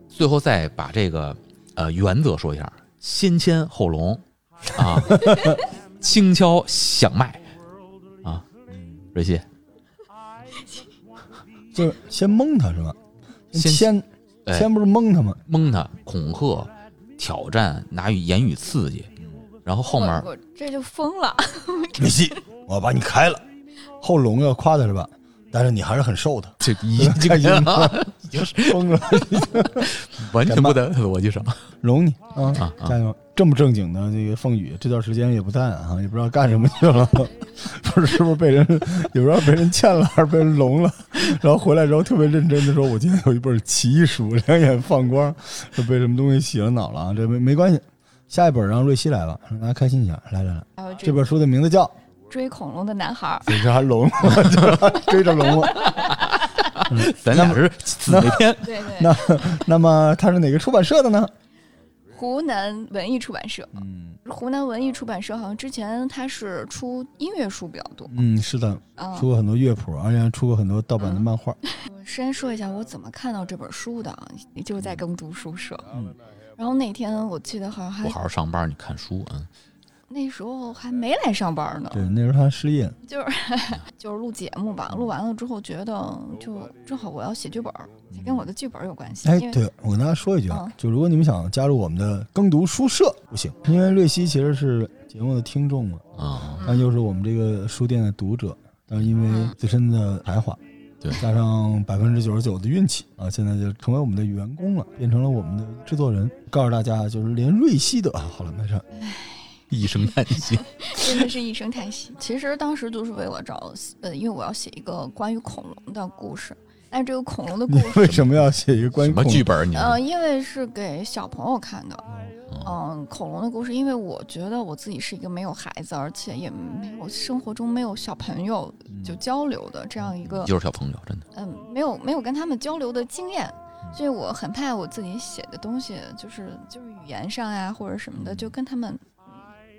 Speaker 3: 最后再把这个呃原则说一下：先谦后隆啊， 轻敲响迈啊，瑞希，
Speaker 1: 就是先蒙他是吧？
Speaker 3: 先
Speaker 1: 先
Speaker 3: 哎
Speaker 1: 先不是蒙他吗？
Speaker 3: 蒙他、恐吓、挑战，拿语言语刺激，然后后面
Speaker 4: 我我这就 疯了，
Speaker 1: 吕西，我把你开了。后龙要夸他是吧？但是你还是很瘦的，
Speaker 3: 就已经
Speaker 1: 已经
Speaker 3: 已经是
Speaker 1: 疯了，
Speaker 3: 完全不在逻辑上
Speaker 1: 龙你啊
Speaker 3: 啊
Speaker 1: 加油！正不正经的这个凤雨这段时间也不在啊，也不知道干什么去了， 不是是不是被人也不知道被人欠了还是被人聋了，然后回来之后特别认真的说：“我今天有一本奇书，两眼放光，就被什么东西洗了脑了啊。”这没没关系，下一本让瑞希来吧，让大家开心一下。来来来，
Speaker 4: 还有
Speaker 1: 这
Speaker 4: 追
Speaker 1: 本书的名字叫《
Speaker 4: 追恐龙的男 孩儿，
Speaker 1: 嘴上还聋了，就是追着聋了。
Speaker 3: 咱俩是姊妹篇，
Speaker 4: 对对，
Speaker 1: 那那么它是哪个出版社的呢？
Speaker 4: 湖南文艺出版社，
Speaker 1: 嗯
Speaker 4: 湖南文艺出版社好像之前它是出音乐书比较多，
Speaker 1: 嗯，是的，
Speaker 4: 啊
Speaker 1: 出。过很多乐谱，而且还出过很多盗版的漫画。
Speaker 4: 我先说一下我怎么看到这本书的，啊，就是在耕读书社。
Speaker 1: 嗯
Speaker 4: 然后那天我记得好像还
Speaker 3: 我好好上班，你看书，嗯，
Speaker 4: 那时候还没来上班呢，
Speaker 1: 对，嗯那时候他失业，
Speaker 4: 嗯就是 录节目吧。录完了之后觉得就正好我要写剧本儿，也跟我的剧本儿有关系。
Speaker 1: 嗯哎
Speaker 4: 因，为
Speaker 1: 对我跟大家说一句啊
Speaker 4: 嗯，
Speaker 1: 就如果你们想加入我们的耕读书社，不行，因为瑞希其实是节目的听众嘛，
Speaker 3: 啊，
Speaker 1: 但又是我们这个书店的读者，但是因
Speaker 4: 嗯
Speaker 1: 为自身的才华，
Speaker 3: 对
Speaker 1: 加上百分之九十九的运气啊，现在就成为我们的员工了，变成了我们的制作人。告诉大家，就是连瑞希的啊，好了，没事儿，
Speaker 3: 一声叹息，
Speaker 4: 真的是一声叹息。 其实当时就是为了找，呃，因为我要写一个关于恐龙的故事，但是这个恐龙的故
Speaker 1: 你 为
Speaker 4: 事，
Speaker 1: 什么要写一个关于
Speaker 3: 什么
Speaker 1: 恐
Speaker 3: 剧？本儿你？
Speaker 4: 呃，因为是给小朋友看的，
Speaker 3: 嗯
Speaker 4: 嗯，恐龙的故事，因为我觉得我自己是一个没有孩子，而且也没有生活中没有小朋友
Speaker 1: 嗯
Speaker 4: 就交流的这样一个，
Speaker 3: 就是小朋友，真的，
Speaker 4: 嗯，没有没有跟他们交流的经验，所以我很怕我自己写的东西就是就是语言上呀、或者什么的，就跟他们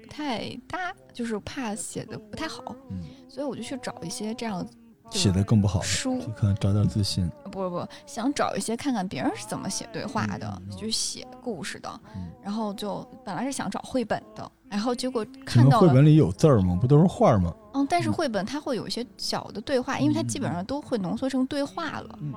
Speaker 4: 不太搭，就是怕写的不太好，
Speaker 3: 嗯
Speaker 4: 所以我就去找一些这样就
Speaker 1: 写的更不好了，
Speaker 4: 书，
Speaker 1: 就可能嗯找点自信。
Speaker 4: 不不不，想找一些看看别人是怎么写对话的，就写故事的，
Speaker 1: 嗯
Speaker 4: 然后就本来是想找绘本的，然后结果
Speaker 1: 你
Speaker 4: 看
Speaker 1: 们
Speaker 4: 到
Speaker 1: 绘
Speaker 4: 了，
Speaker 1: 本里有字儿吗？不都是画儿吗？
Speaker 4: 嗯，但是绘本它会有一些小的对话，因为它基本上都会浓缩成对话了，
Speaker 1: 嗯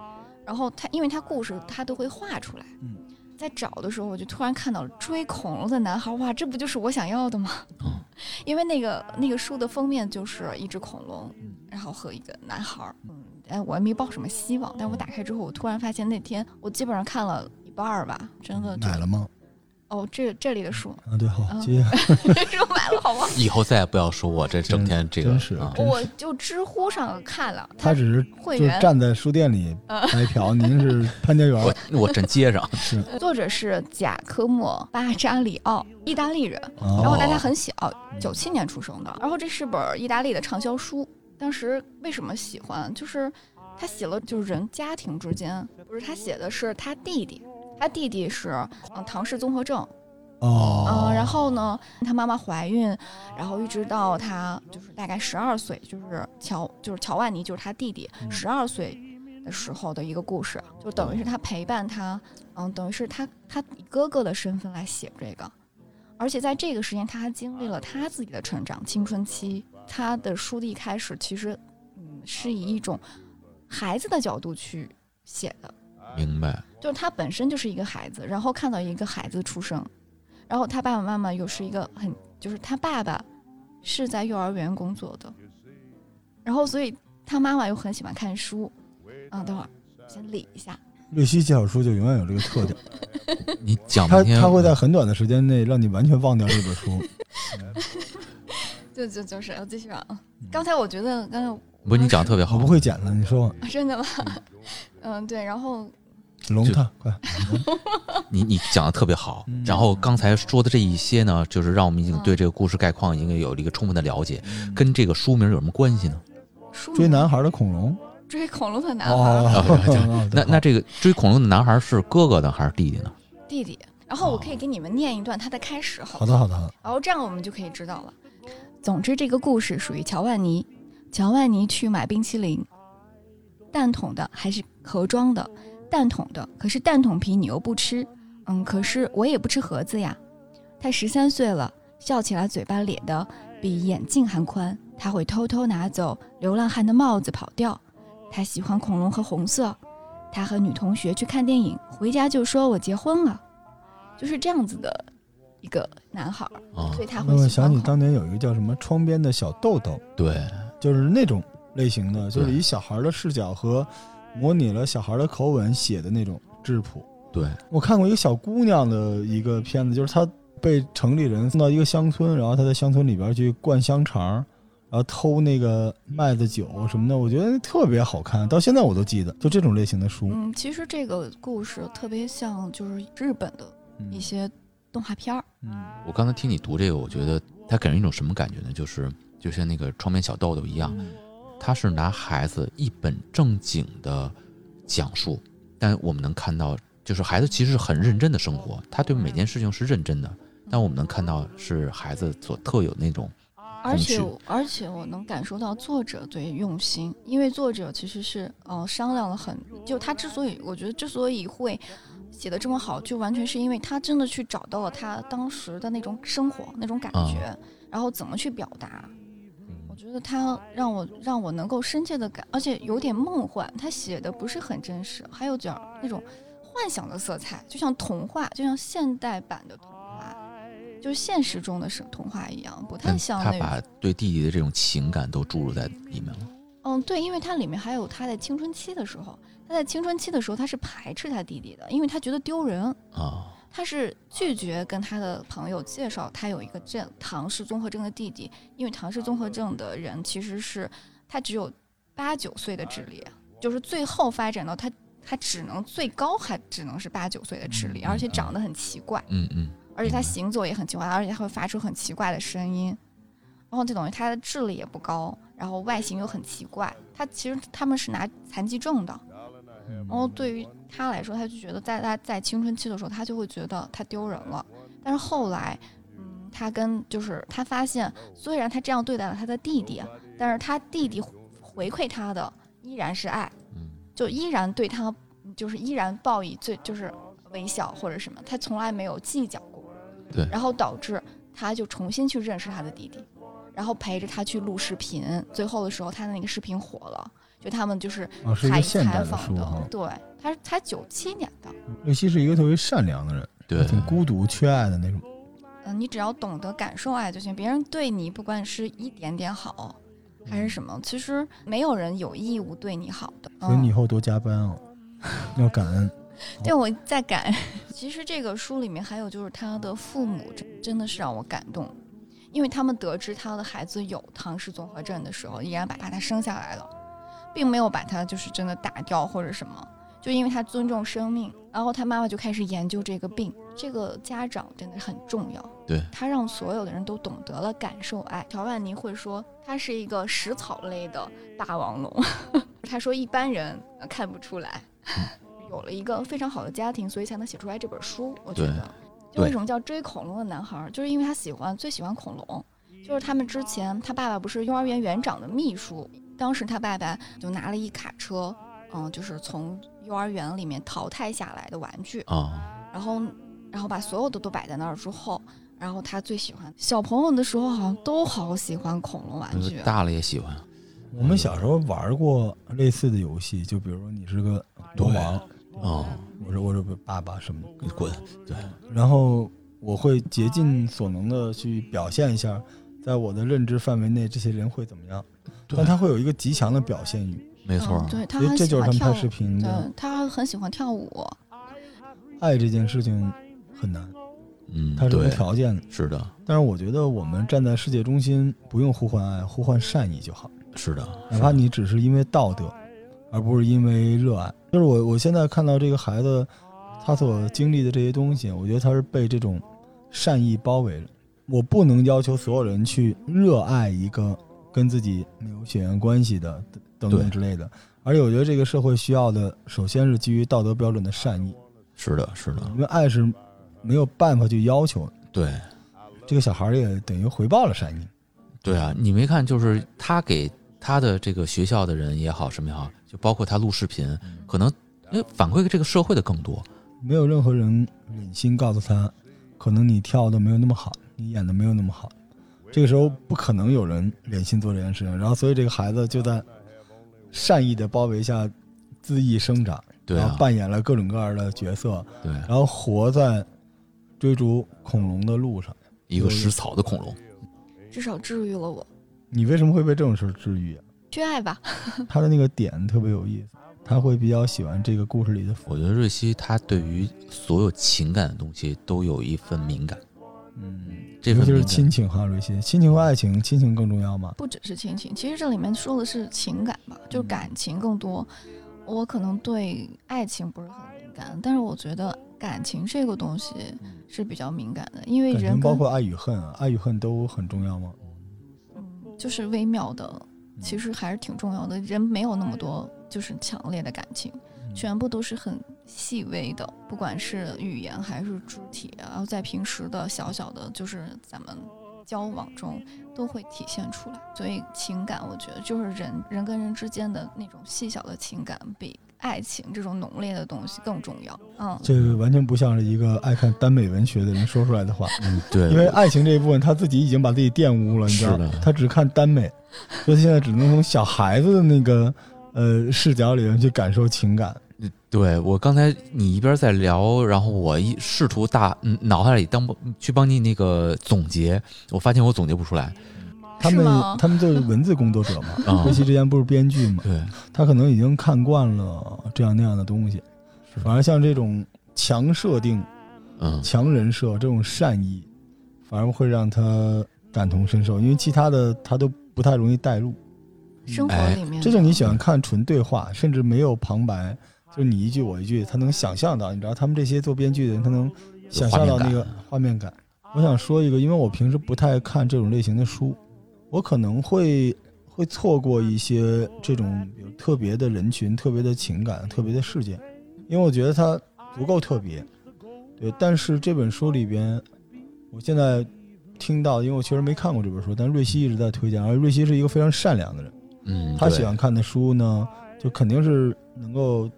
Speaker 4: 然后它因为它故事它都会画出来，
Speaker 1: 嗯
Speaker 4: 在找的时候我就突然看到了追恐龙的男孩，哇，这不就是我想要的吗？
Speaker 1: 哦
Speaker 3: 嗯
Speaker 4: 因为那个那个书的封面就是一只恐龙
Speaker 1: 嗯，
Speaker 4: 然后和一个男孩儿，嗯，哎，我还没抱什么希望，
Speaker 1: 哦
Speaker 4: 但我打开之后，我突然发现那天我基本上看了一半儿吧，真的就
Speaker 1: 嗯买了吗？
Speaker 4: 哦，这这里 的书，
Speaker 1: 啊，对，好，
Speaker 4: 嗯
Speaker 1: 接下来
Speaker 4: 这我买了好不好？
Speaker 3: 以后再也不要说我这整天这个
Speaker 1: 真是
Speaker 3: 啊
Speaker 1: 真是
Speaker 4: 我就知乎上看了，
Speaker 1: 他只是
Speaker 4: 会
Speaker 1: 就是
Speaker 4: 员嗯
Speaker 1: 站在书店里白 嫖，您是潘家园
Speaker 3: 我
Speaker 1: 儿，
Speaker 3: 我真 接上，
Speaker 1: 是
Speaker 4: 作者是贾科莫·巴扎里奥，意大利人， 然后
Speaker 1: 哦，
Speaker 4: 但他很小，九七年出生的。然后这是本意大利的畅销书，当时为什么喜欢？就是他写了就是人家庭之间，不是他写的是他弟弟，他弟弟是嗯唐氏综合症，嗯、
Speaker 1: 哦，
Speaker 4: 然后呢，他妈妈怀孕，然后一直到他就是大概十二岁，就是乔就是乔万尼就是他弟弟
Speaker 1: 嗯
Speaker 4: 十二岁的时候的一个故事，就等于是他陪伴他，嗯，等于是他他以哥哥的身份来写这个，而且在这个时间他还经历了他自己的成长青春期，他的书的一开始其实嗯是以一种孩子的角度去写的，
Speaker 3: 明白，
Speaker 4: 就是他本身就是一个孩子，然后看到一个孩子出生，然后他爸爸妈妈又是一个很，就是他爸爸是在幼儿园工作的，然后所以他妈妈又很喜欢看书，啊，等会儿先理一下，
Speaker 1: 瑞希介绍书就永远有这个特 点，
Speaker 3: 你讲
Speaker 1: 他
Speaker 3: 半天，
Speaker 1: 他会在很短的时间内让你完全忘掉这本书。
Speaker 4: 就就就是要继续啊，
Speaker 1: 嗯
Speaker 4: 刚才我觉得刚才
Speaker 3: 不是你讲的特别
Speaker 1: 我
Speaker 3: 好，
Speaker 1: 不会剪的，你说吧，
Speaker 4: 啊真的吗？ 嗯，对，然后
Speaker 1: 聋他快，
Speaker 3: 你你讲的特别好
Speaker 1: 嗯，
Speaker 3: 然后刚才说的这一些呢，就是让我们已经
Speaker 4: 嗯
Speaker 3: 对这个故事概况已经有了一个充分的了解， 跟这个书名有什么关系呢？
Speaker 4: 书
Speaker 1: 追
Speaker 4: 名
Speaker 1: 男孩的恐龙
Speaker 4: 追恐龙的男孩
Speaker 3: 啊
Speaker 1: 哦，
Speaker 3: 那
Speaker 1: 那
Speaker 3: 那这个追恐龙的男孩是哥哥呢还是弟弟呢？
Speaker 4: 弟弟，然后我可以给你们念一段他的开始，
Speaker 1: 哦
Speaker 4: 好
Speaker 1: 好的好的好的，
Speaker 4: 然后这样我们就可以知道了。总之，这个故事属于乔万尼。乔万尼去买冰淇淋，蛋筒的还是盒装的？蛋筒的，可是蛋筒皮你又不吃。嗯，可是我也不吃盒子呀。他十三岁了，笑起来嘴巴咧的比眼镜还宽。他会偷偷拿走流浪汉的帽子跑掉。他喜欢恐龙和红色。他和女同学去看电影，回家就说我结婚了，就是这样子的一个男孩儿。
Speaker 3: 啊，
Speaker 4: 所以他
Speaker 1: 那
Speaker 4: 会
Speaker 1: 我
Speaker 4: 喜
Speaker 1: 想
Speaker 4: 欢
Speaker 1: 起
Speaker 4: 恐
Speaker 1: 当年有一个叫什么“窗边的小豆豆
Speaker 3: 对，”，
Speaker 1: 就是那种类型的，就是
Speaker 3: 对
Speaker 1: 以小孩的视角和模拟了小孩的口吻写的那种质朴。
Speaker 3: 对，
Speaker 1: 我看过一个小姑娘的一个片子，就是她被城里人送到一个乡村，然后他在乡村里边去灌香肠，然后偷那个麦子酒什么的，我觉得特别好看，到现在我都记得，就这种类型的书。
Speaker 4: 嗯，其实这个故事特别像就是日本的
Speaker 1: 嗯
Speaker 4: 一些动画片儿，
Speaker 1: 嗯
Speaker 3: 我刚才听你读这个，我觉得它给人一种什么感觉呢？就是就像那个窗边小豆豆一样，它是拿孩子一本正经的讲述，但我们能看到，就是孩子其实是很认真的生活，他对每件事情是认真的，但我们能看到是孩子所特有那种，
Speaker 4: 而且
Speaker 3: 童趣
Speaker 4: 我啊而且我能感受到作者对用心，因为作者其实是呃商量了很，就他之所以我觉得之所以会写的这么好，就完全是因为他真的去找到了他当时的那种生活那种感
Speaker 3: 啊
Speaker 4: 觉，然后怎么去表达。我觉得他让我让我能够深切的感，而且有点梦幻，他写的不是很真实，还有点儿那种幻想的色彩，就像童话，就像现代版的童话，就是现实中的是童话一样，不太
Speaker 3: 但
Speaker 4: 像
Speaker 3: 嗯他
Speaker 4: 那种。
Speaker 3: 把对弟弟的这种情感都注入在里面了。
Speaker 4: 嗯，对，因为它里面还有他在青春期的时候，他在青春期的时候他是排斥他弟弟的，因为他觉得丢人，
Speaker 3: 啊，
Speaker 4: 他是拒绝跟他的朋友介绍他有一个这唐氏综合症的弟弟，因为唐氏综合症的人其实是他只有八九岁的智力，就是最后发展到他他只能最高还只能是八九岁的智力，而且长得很奇怪，
Speaker 3: 嗯嗯，
Speaker 4: 而且他
Speaker 3: 明白
Speaker 4: 行走也很奇怪，而且他会发出很奇怪的声音，然后这等于他的智力也不高，然后外形又很奇怪，他其实他们是拿残疾证的，
Speaker 3: 嗯
Speaker 4: 然后对于他来说，他就觉得在他在青春期的时候，他就会觉得他丢人了。但是后来，嗯，他跟就是他发现，虽然他这样对待了他的弟弟，但是他弟弟回馈他的依然是爱，
Speaker 3: 嗯
Speaker 4: 就依然对他就是依然报以最就是微笑或者什么，他从来没有计较过。
Speaker 3: 对
Speaker 4: 然后导致他就重新去认识他的弟弟，然后陪着他去录视频。最后的时候，他的那个视频火了，就他们就是
Speaker 1: 啊，是一
Speaker 4: 采
Speaker 1: 个现代
Speaker 4: 采
Speaker 1: 的
Speaker 4: 访
Speaker 1: 书哈
Speaker 4: 的，。对，他是才九七年的，
Speaker 1: 瑞希是一个特别善良的人，
Speaker 3: 对，
Speaker 1: 挺孤独、缺爱的那种。
Speaker 4: 嗯，你只要懂得感受爱就行。别人对你不管是一点点好，还
Speaker 1: 嗯
Speaker 4: 是什么，其实没有人有义务对你好的。
Speaker 1: 所以你以
Speaker 4: 嗯、
Speaker 1: 后多加班 哦，要感恩。
Speaker 4: 对我在感， 其实这个书里面还有就是他的父母，真真的是让我感动，因为他们得知他的孩子有唐氏综合症的时候，依然把把他生下来了，并没有把他就是真的打掉或者什么。就因为他尊重生命，然后他妈妈就开始研究这个病。这个家长真的很重要。
Speaker 3: 对，
Speaker 4: 他让所有的人都懂得了感受爱。乔万尼会说，他是一个食草类的霸王龙。 他说一般人呃看不出来，
Speaker 3: 嗯
Speaker 4: 有了一个非常好的家庭，所以才能写出来这本书。我觉
Speaker 3: 对
Speaker 4: 得，就为
Speaker 3: 对
Speaker 4: 什么叫追恐龙的男孩儿，就是因为他喜欢最喜欢恐龙。就是他们之前，他爸爸不是幼儿园园长的秘书，当时他爸爸就拿了一卡车，嗯，就是从幼儿园里面淘汰下来的玩具，
Speaker 3: 啊，
Speaker 4: 然后然后把所有的都摆在那儿之后，然后他最喜欢小朋友的时候好像都好喜欢恐龙玩具，啊
Speaker 3: 大了也喜欢。
Speaker 1: 我们小时候玩过类似的游戏，就比如说你是个国王，
Speaker 3: 哦，
Speaker 1: 我是我是爸爸什么的，
Speaker 3: 你滚！嗯
Speaker 1: 然后我会竭尽所能的去表现一下，在我的认知范围内这些人会怎么样，
Speaker 3: 对
Speaker 1: 但他会有一个极强的表现欲，
Speaker 3: 没错儿，
Speaker 4: 嗯，对他
Speaker 1: 所以
Speaker 4: 很
Speaker 1: 这
Speaker 4: 喜
Speaker 1: 就是
Speaker 4: 欢
Speaker 1: 他们
Speaker 4: 跳
Speaker 1: 拍
Speaker 4: 舞，
Speaker 1: 视频的
Speaker 4: 对他很喜欢跳舞，
Speaker 1: 爱这件事情很难，
Speaker 3: 嗯，
Speaker 1: 它是无
Speaker 3: 对，
Speaker 1: 条件的。
Speaker 3: 是的，
Speaker 1: 但是我觉得我们站在世界中心，不用呼唤爱，呼唤善意就好。
Speaker 3: 是的，
Speaker 1: 哪
Speaker 3: 是
Speaker 1: 怕
Speaker 3: 的
Speaker 1: 你只是因为道德，而不是因为热爱。就是我我现在看到这个孩子，他所经历的这些东西，我觉得他是被这种善意包围着。我不能要求所有人去热爱一个跟自己没有血缘关系的等等
Speaker 3: 对
Speaker 1: 之类的。而且我觉得这个社会需要的，首先是基于道德标准的善意，
Speaker 3: 是的，是的，
Speaker 1: 因为爱是没有办法去要求的。
Speaker 3: 对，
Speaker 1: 这个小孩儿也等于回报了善意。
Speaker 3: 对啊，你没看，就是他给他的这个学校的人也好，什么也好，就包括他录视频，
Speaker 1: 嗯
Speaker 3: 可能哎反馈给这个社会的更多。
Speaker 1: 没有任何人忍心告诉他，可能你跳的没有那么好，你演的没有那么好。这个时候不可能有人忍心做这件事情，然后所以这个孩子就在善意的包围下恣意生长，
Speaker 3: 对
Speaker 1: 然后
Speaker 3: 啊，
Speaker 1: 扮演了各种各样的角色，
Speaker 3: 对，
Speaker 1: 然后活在追逐恐龙的路上。
Speaker 3: 一个食草的恐龙，
Speaker 4: 至少治愈了我，
Speaker 1: 你为什么会被这种事儿治愈啊？
Speaker 4: 缺爱吧。
Speaker 1: 他的那个点特别有意思，他会比较喜欢这个故事里的父
Speaker 3: 我觉得瑞希她对于所有情感的东西都有一份敏感，
Speaker 1: 嗯，
Speaker 3: 这
Speaker 1: 尤
Speaker 3: 份
Speaker 1: 其是
Speaker 3: 名字
Speaker 1: 亲情还有这些，亲情和爱情，亲情更重要嘛？
Speaker 4: 不只是亲情，其实这里面说的是情感吧，
Speaker 1: 嗯
Speaker 4: 就是感情更多。我可能对爱情不是很敏感，但是我觉得感情这个东西是比较敏感的，因
Speaker 1: 嗯
Speaker 4: 为
Speaker 1: 感
Speaker 4: 人
Speaker 1: 情包
Speaker 4: 跟
Speaker 1: 括爱与恨啊，爱与恨都很重要吗？
Speaker 4: 嗯就是微妙的，其实还是挺重要的。人没有那么多就是强烈的感情，
Speaker 1: 嗯
Speaker 4: 全部都是很细微的，不管是语言还是肢体啊，然后在平时的小小的，就是咱们交往中都会体现出来。所以情感，我觉得就是人人跟人之间的那种细小的情感，比爱情这种浓烈的东西更重要。嗯，
Speaker 1: 这个完全不像是一个爱看耽美文学的人说出来的话，
Speaker 3: 嗯，对，
Speaker 1: 因为爱情这一部分他自己已经把自己玷污了，你知道
Speaker 3: 是的，
Speaker 1: 他只看耽美，所以现在只能从小孩子的那个呃视角里面去感受情感。
Speaker 3: 对我刚才你一边在聊，然后我一试图大嗯脑海里当去帮你那个总结，我发现我总结不 出来。
Speaker 1: 他
Speaker 4: 是
Speaker 1: 们
Speaker 4: 吗
Speaker 1: 他们就是文字工作者嘛，
Speaker 3: 啊
Speaker 1: 魏西之前不是编剧嘛，
Speaker 3: 对，
Speaker 1: 他可能已经看惯了这样那样的东西，反而像这种强设定、
Speaker 3: 嗯，
Speaker 1: 强人设这种善意，反而会让他感同身受，因为其他的他都不太容易带入。
Speaker 4: 生活
Speaker 3: 哎
Speaker 4: 里面的、
Speaker 1: 这就是你喜欢看纯对话，甚至没有旁白，就是你一句我一句，他能想象到。你知道他们这些做编剧的人，他能想象到那
Speaker 3: 有画面
Speaker 1: 个
Speaker 3: 感
Speaker 1: 画面感。我想说一个，因为我平时不太看这种类型的书，我可能会会错过一些这种比如特别的人群、特别的情感、特别的事件，因为我觉得它足够特别。对，但是这本书里边，我现在听到，因为我确实没看过这本书，但瑞希一直在推荐，而瑞希是一个非常善良的人。
Speaker 3: 嗯，
Speaker 1: 他
Speaker 3: 对
Speaker 1: 喜欢看的书呢，就肯定是能够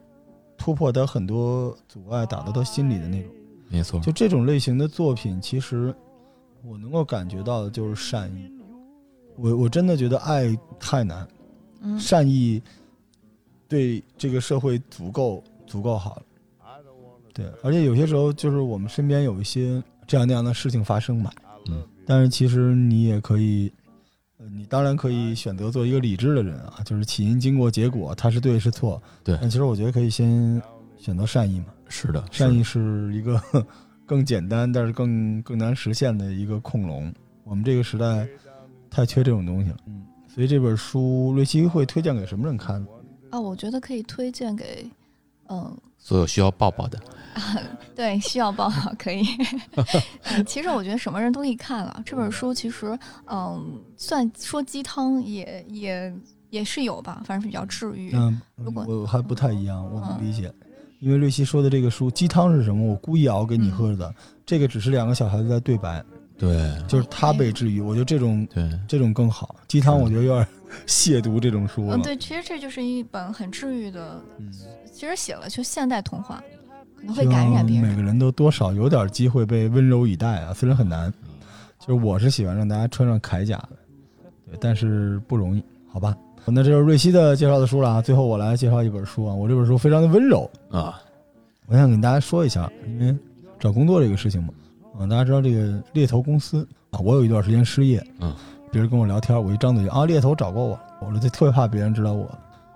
Speaker 1: 突破他很多阻碍，打到他心里的那种。
Speaker 3: 没错，
Speaker 1: 就这种类型的作品，其实我能够感觉到的就是善意。我我真的觉得爱太难，
Speaker 4: 嗯，
Speaker 1: 善意对这个社会足够足够好了。对，而且有些时候就是我们身边有一些这样那样的事情发生嘛，
Speaker 3: 嗯，
Speaker 1: 但是其实你也可以，呃你当然可以选择做一个理智的人啊，就是起因、经过、结果，他是对是错。
Speaker 3: 对
Speaker 1: 但其实我觉得可以先选择善意嘛，
Speaker 3: 是的，
Speaker 1: 善
Speaker 3: 是
Speaker 1: 意
Speaker 3: 的
Speaker 1: 是一个 更简单，但是更更难实现的一个控龙。我们这个时代太缺这种东西了，嗯，所以这本书瑞希会推荐给什么人看呢？
Speaker 4: 啊，我觉得可以推荐给，嗯、
Speaker 3: 所有需要抱抱的，
Speaker 4: 对，需要报好可 以。嗯，其实我觉得什么人都可以看了。这本书其实，嗯，算说鸡汤也也也是有吧，反正比较治愈。
Speaker 1: 嗯，
Speaker 4: 如果嗯
Speaker 1: 我还不太一样，我能理解，因为瑞希说的这个书鸡汤是什么？我故意熬给你喝
Speaker 4: 嗯
Speaker 1: 的，这个只是两个小孩子在对白，
Speaker 3: 对
Speaker 1: 就是他
Speaker 4: 哎
Speaker 1: 被治愈。我觉得这种
Speaker 3: 对，
Speaker 1: 这种更好，鸡汤
Speaker 3: 是的
Speaker 1: 我觉得有点 亵渎这种书了
Speaker 4: 嗯，。对，其实这就是一本很治愈的，
Speaker 1: 嗯
Speaker 4: 其实写了就现代童话，可能会
Speaker 1: 希
Speaker 4: 感染
Speaker 1: 望
Speaker 4: 别
Speaker 1: 每个
Speaker 4: 人。
Speaker 1: 人都多少有点机会被温柔以待啊，虽然很难，就是我是喜欢让大家穿上铠甲的，对，但是不容易，好吧？那这就是瑞希的介绍的书了啊。最后我来介绍一本书啊，我这本书非常的温柔，
Speaker 3: 啊，
Speaker 1: 我想跟大家说一下，因为找工作这个事情嘛，啊，大家知道这个猎头公司啊，我有一段时间失业，
Speaker 3: 嗯，
Speaker 1: 别人跟我聊天，我一张嘴就啊，猎头找过我，我就特别怕别人知道我，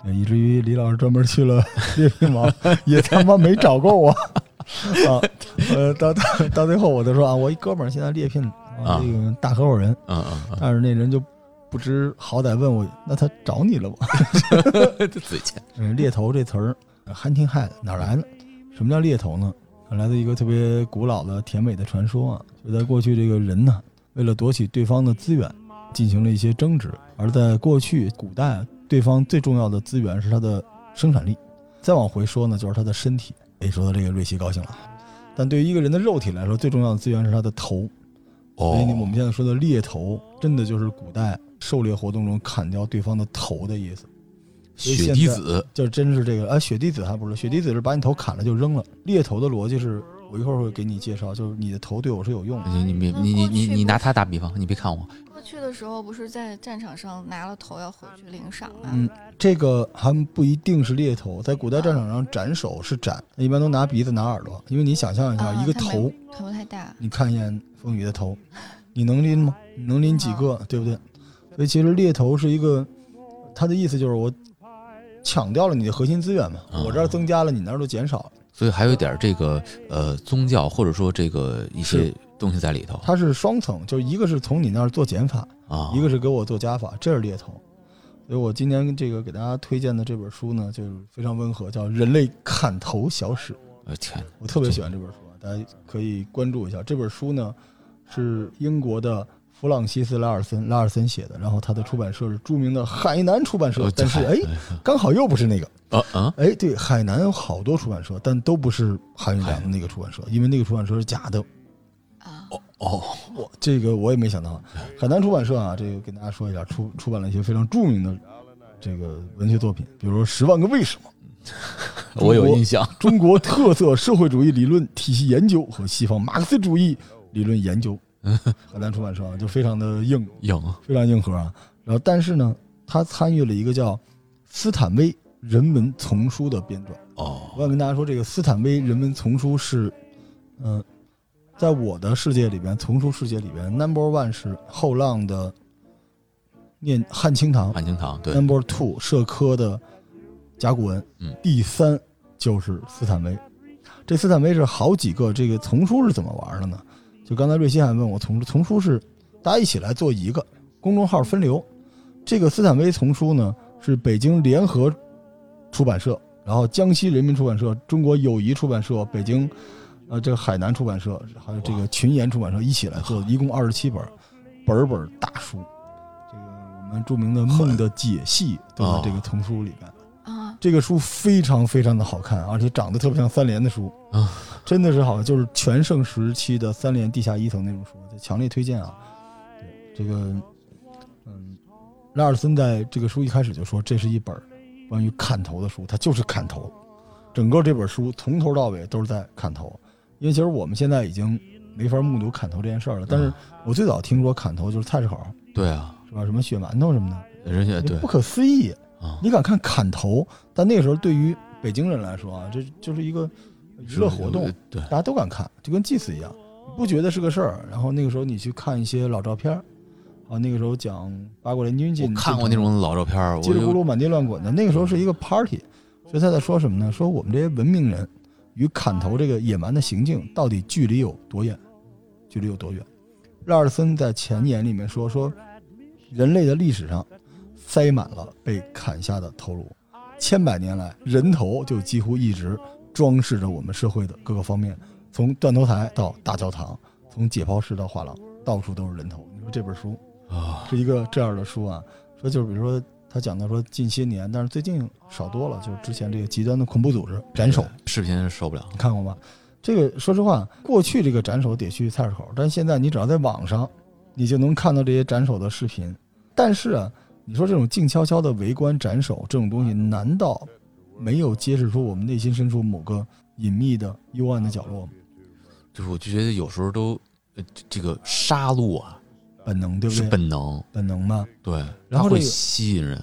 Speaker 1: 对，以至于李老师专门去 了猎聘网，也他妈没找过我，啊，呃，到到到最后我就说啊，我一哥们儿现在猎聘啊
Speaker 3: 啊
Speaker 1: 这个大合伙人，
Speaker 3: 嗯嗯
Speaker 1: 但是那人就不知好歹问我，那他找你了吗？
Speaker 3: 嗯，嘴欠，
Speaker 1: 嗯，猎头这词儿，hunting 呃 head 哪儿来的？什么叫猎头呢？来自一个特别古老的甜美的传说啊，就在过去这个人呢，为了夺取对方的资源，进行了一些争执。而在过去古代，对方最重要的资源是他的生产力，再往回说呢，就是他的身体。哎，说到这个，瑞希高兴了。但对于一个人的肉体来说，最重要的资源是他的头。所以呢，我
Speaker 3: 哦，
Speaker 1: 们现在说的猎头，真的就是古代狩猎活动中砍掉对方的头的意思。所以
Speaker 3: 血
Speaker 1: 现
Speaker 3: 滴
Speaker 1: 在
Speaker 3: 子，
Speaker 1: 就真是这个，啊，血滴子还不是，血滴子是把你头砍了就扔了。猎头的逻辑是，我一会儿会给你介绍，就是你的头对我是有用的。
Speaker 3: 你你别你你你你拿他打比方，你别看我，
Speaker 4: 过去的时候不是在战场上拿了头要回去领赏吗？
Speaker 1: 嗯，这个还不一定是猎头，在古代战场上斩首是斩，一般都拿鼻子拿耳朵，因为你想象一下，
Speaker 4: 啊
Speaker 1: 一个
Speaker 4: 它没
Speaker 1: 头，
Speaker 4: 头太大，
Speaker 1: 你看一眼风雨的头，你能拎吗？你能拎几个，对不对？所以其实猎头是一个，他的意思就是我抢掉了你的核心资源嘛，我这儿增加了，你那儿就减少了。
Speaker 3: 所以还有一点这个呃宗教或者说这个一些东西在里头
Speaker 1: 它是双层，就一个是从你那儿做减法，
Speaker 3: 啊，
Speaker 1: 一个是给我做加法，这是猎头。所以我今天这个给大家推荐的这本书呢，就是非常温和，叫《人类砍头小史》，
Speaker 3: 呃天，
Speaker 1: 我特别喜欢这本书，啊，大家可以关注一下。这本书呢是英国的弗朗西斯·拉尔森拉尔森写的，然后他的出版社是著名的海南出版社
Speaker 3: 呃，
Speaker 1: 但是哎，刚好又不是那个。
Speaker 3: 呃嗯，
Speaker 1: 哎，对，海南有好多出版社，但都不是韩云良的那个出版社，因为那个出版社是假的。
Speaker 4: 啊，
Speaker 3: 哦，
Speaker 1: 我这个我也没想到，啊海南出版社啊，这个跟大家说一下，出出版了一些非常著名的这个文学作品，比如说《十万个为什么》中国
Speaker 3: 我有印象，
Speaker 1: 《中国特色社会主义理论体系研究》和《西方马克思主义理论研 究》。海南出版社啊，就非常的硬，
Speaker 3: 硬
Speaker 1: 非常硬核啊。然后，但是呢，他参与了一个叫斯坦威人文丛书的编撰。我
Speaker 3: 哦，
Speaker 1: 想跟大家说，这个斯坦威人文丛书是，嗯、在我的世界里边，丛书世界里边，number one 是后浪的念汉清堂
Speaker 3: 汉清堂对，
Speaker 1: ，number two 社科的甲骨文，
Speaker 3: 嗯
Speaker 1: 第三就是斯坦威。这斯坦威是好几个这个丛书是怎么玩的呢？就刚才瑞希还问我丛书，丛书是大家一起来做一个公众号分流。这个斯坦威丛书呢是北京联合出版社，然后江西人民出版社、中国友谊出版社、北京呃这个海南出版社，还有这个群研出版社一起来做，一共二十七本儿，本儿本儿大书。这个我们著名的《梦的解析》都在这个丛书里边。
Speaker 4: 啊，
Speaker 1: 这个书非常非常的好看，而且长得特别像三联的书
Speaker 3: 啊，
Speaker 1: 真的是好，就是全盛时期的三联地下一层那种书，强烈推荐啊。对，这个，嗯，拉尔森在这个书一开始就说，这是一本关于砍头的书，它就是砍头，整个这本书从头到尾都是在砍头，因为其实我们现在已经没法目睹砍头这件事儿了，但是
Speaker 3: 嗯
Speaker 1: 我最早听说砍头就是菜市口
Speaker 3: 对啊，
Speaker 1: 是吧，什么血馒头什么的，
Speaker 3: 人家哎对
Speaker 1: 不可思议。
Speaker 3: 啊，
Speaker 1: 你敢看砍头？但那个时候对于北京人来说啊，这就是一个娱乐活动，
Speaker 3: 对，
Speaker 1: 大家都敢看，就跟祭祀一样，你不觉得是个事儿。然后那个时候你去看一些老照片儿，啊，那个时候讲八国联军进，
Speaker 3: 我看过那种老照片儿，我
Speaker 1: 叽里咕
Speaker 3: 就
Speaker 1: 噜满地乱滚的，那个时候是一个 party。所以他在说什么呢？说我们这些文明人与砍头这个野蛮的行径到底距离有多远？距离有多远？拉尔森在前言里面说说，人类的历史上塞满了被砍下的头颅，千百年来，人头就几乎一直装饰着我们社会的各个方面，从断头台到大教堂，从解剖室到画廊，到处都是人头。你说这本书
Speaker 3: 啊，
Speaker 1: 是一个这样的书啊，说就是比如说他讲到说近些年，但是最近少多了，就是之前这个极端的恐怖组织斩首，
Speaker 3: 视频是受不了
Speaker 1: 你看过吗？这个说实话，过去这个斩首得去菜市口，但现在你只要在网上，你就能看到这些斩首的视频。但是啊，你说这种静悄悄的围观斩首这种东西，难道没有揭示出我们内心深处某个隐秘的幽暗的角落吗？
Speaker 3: 就是我就觉得有时候都，呃这这个杀戮啊
Speaker 1: 本能，对不
Speaker 3: 是
Speaker 1: 对？
Speaker 3: 本能，
Speaker 1: 本能吗？
Speaker 3: 对，
Speaker 1: 然后
Speaker 3: 它会
Speaker 1: 这个
Speaker 3: 吸引人，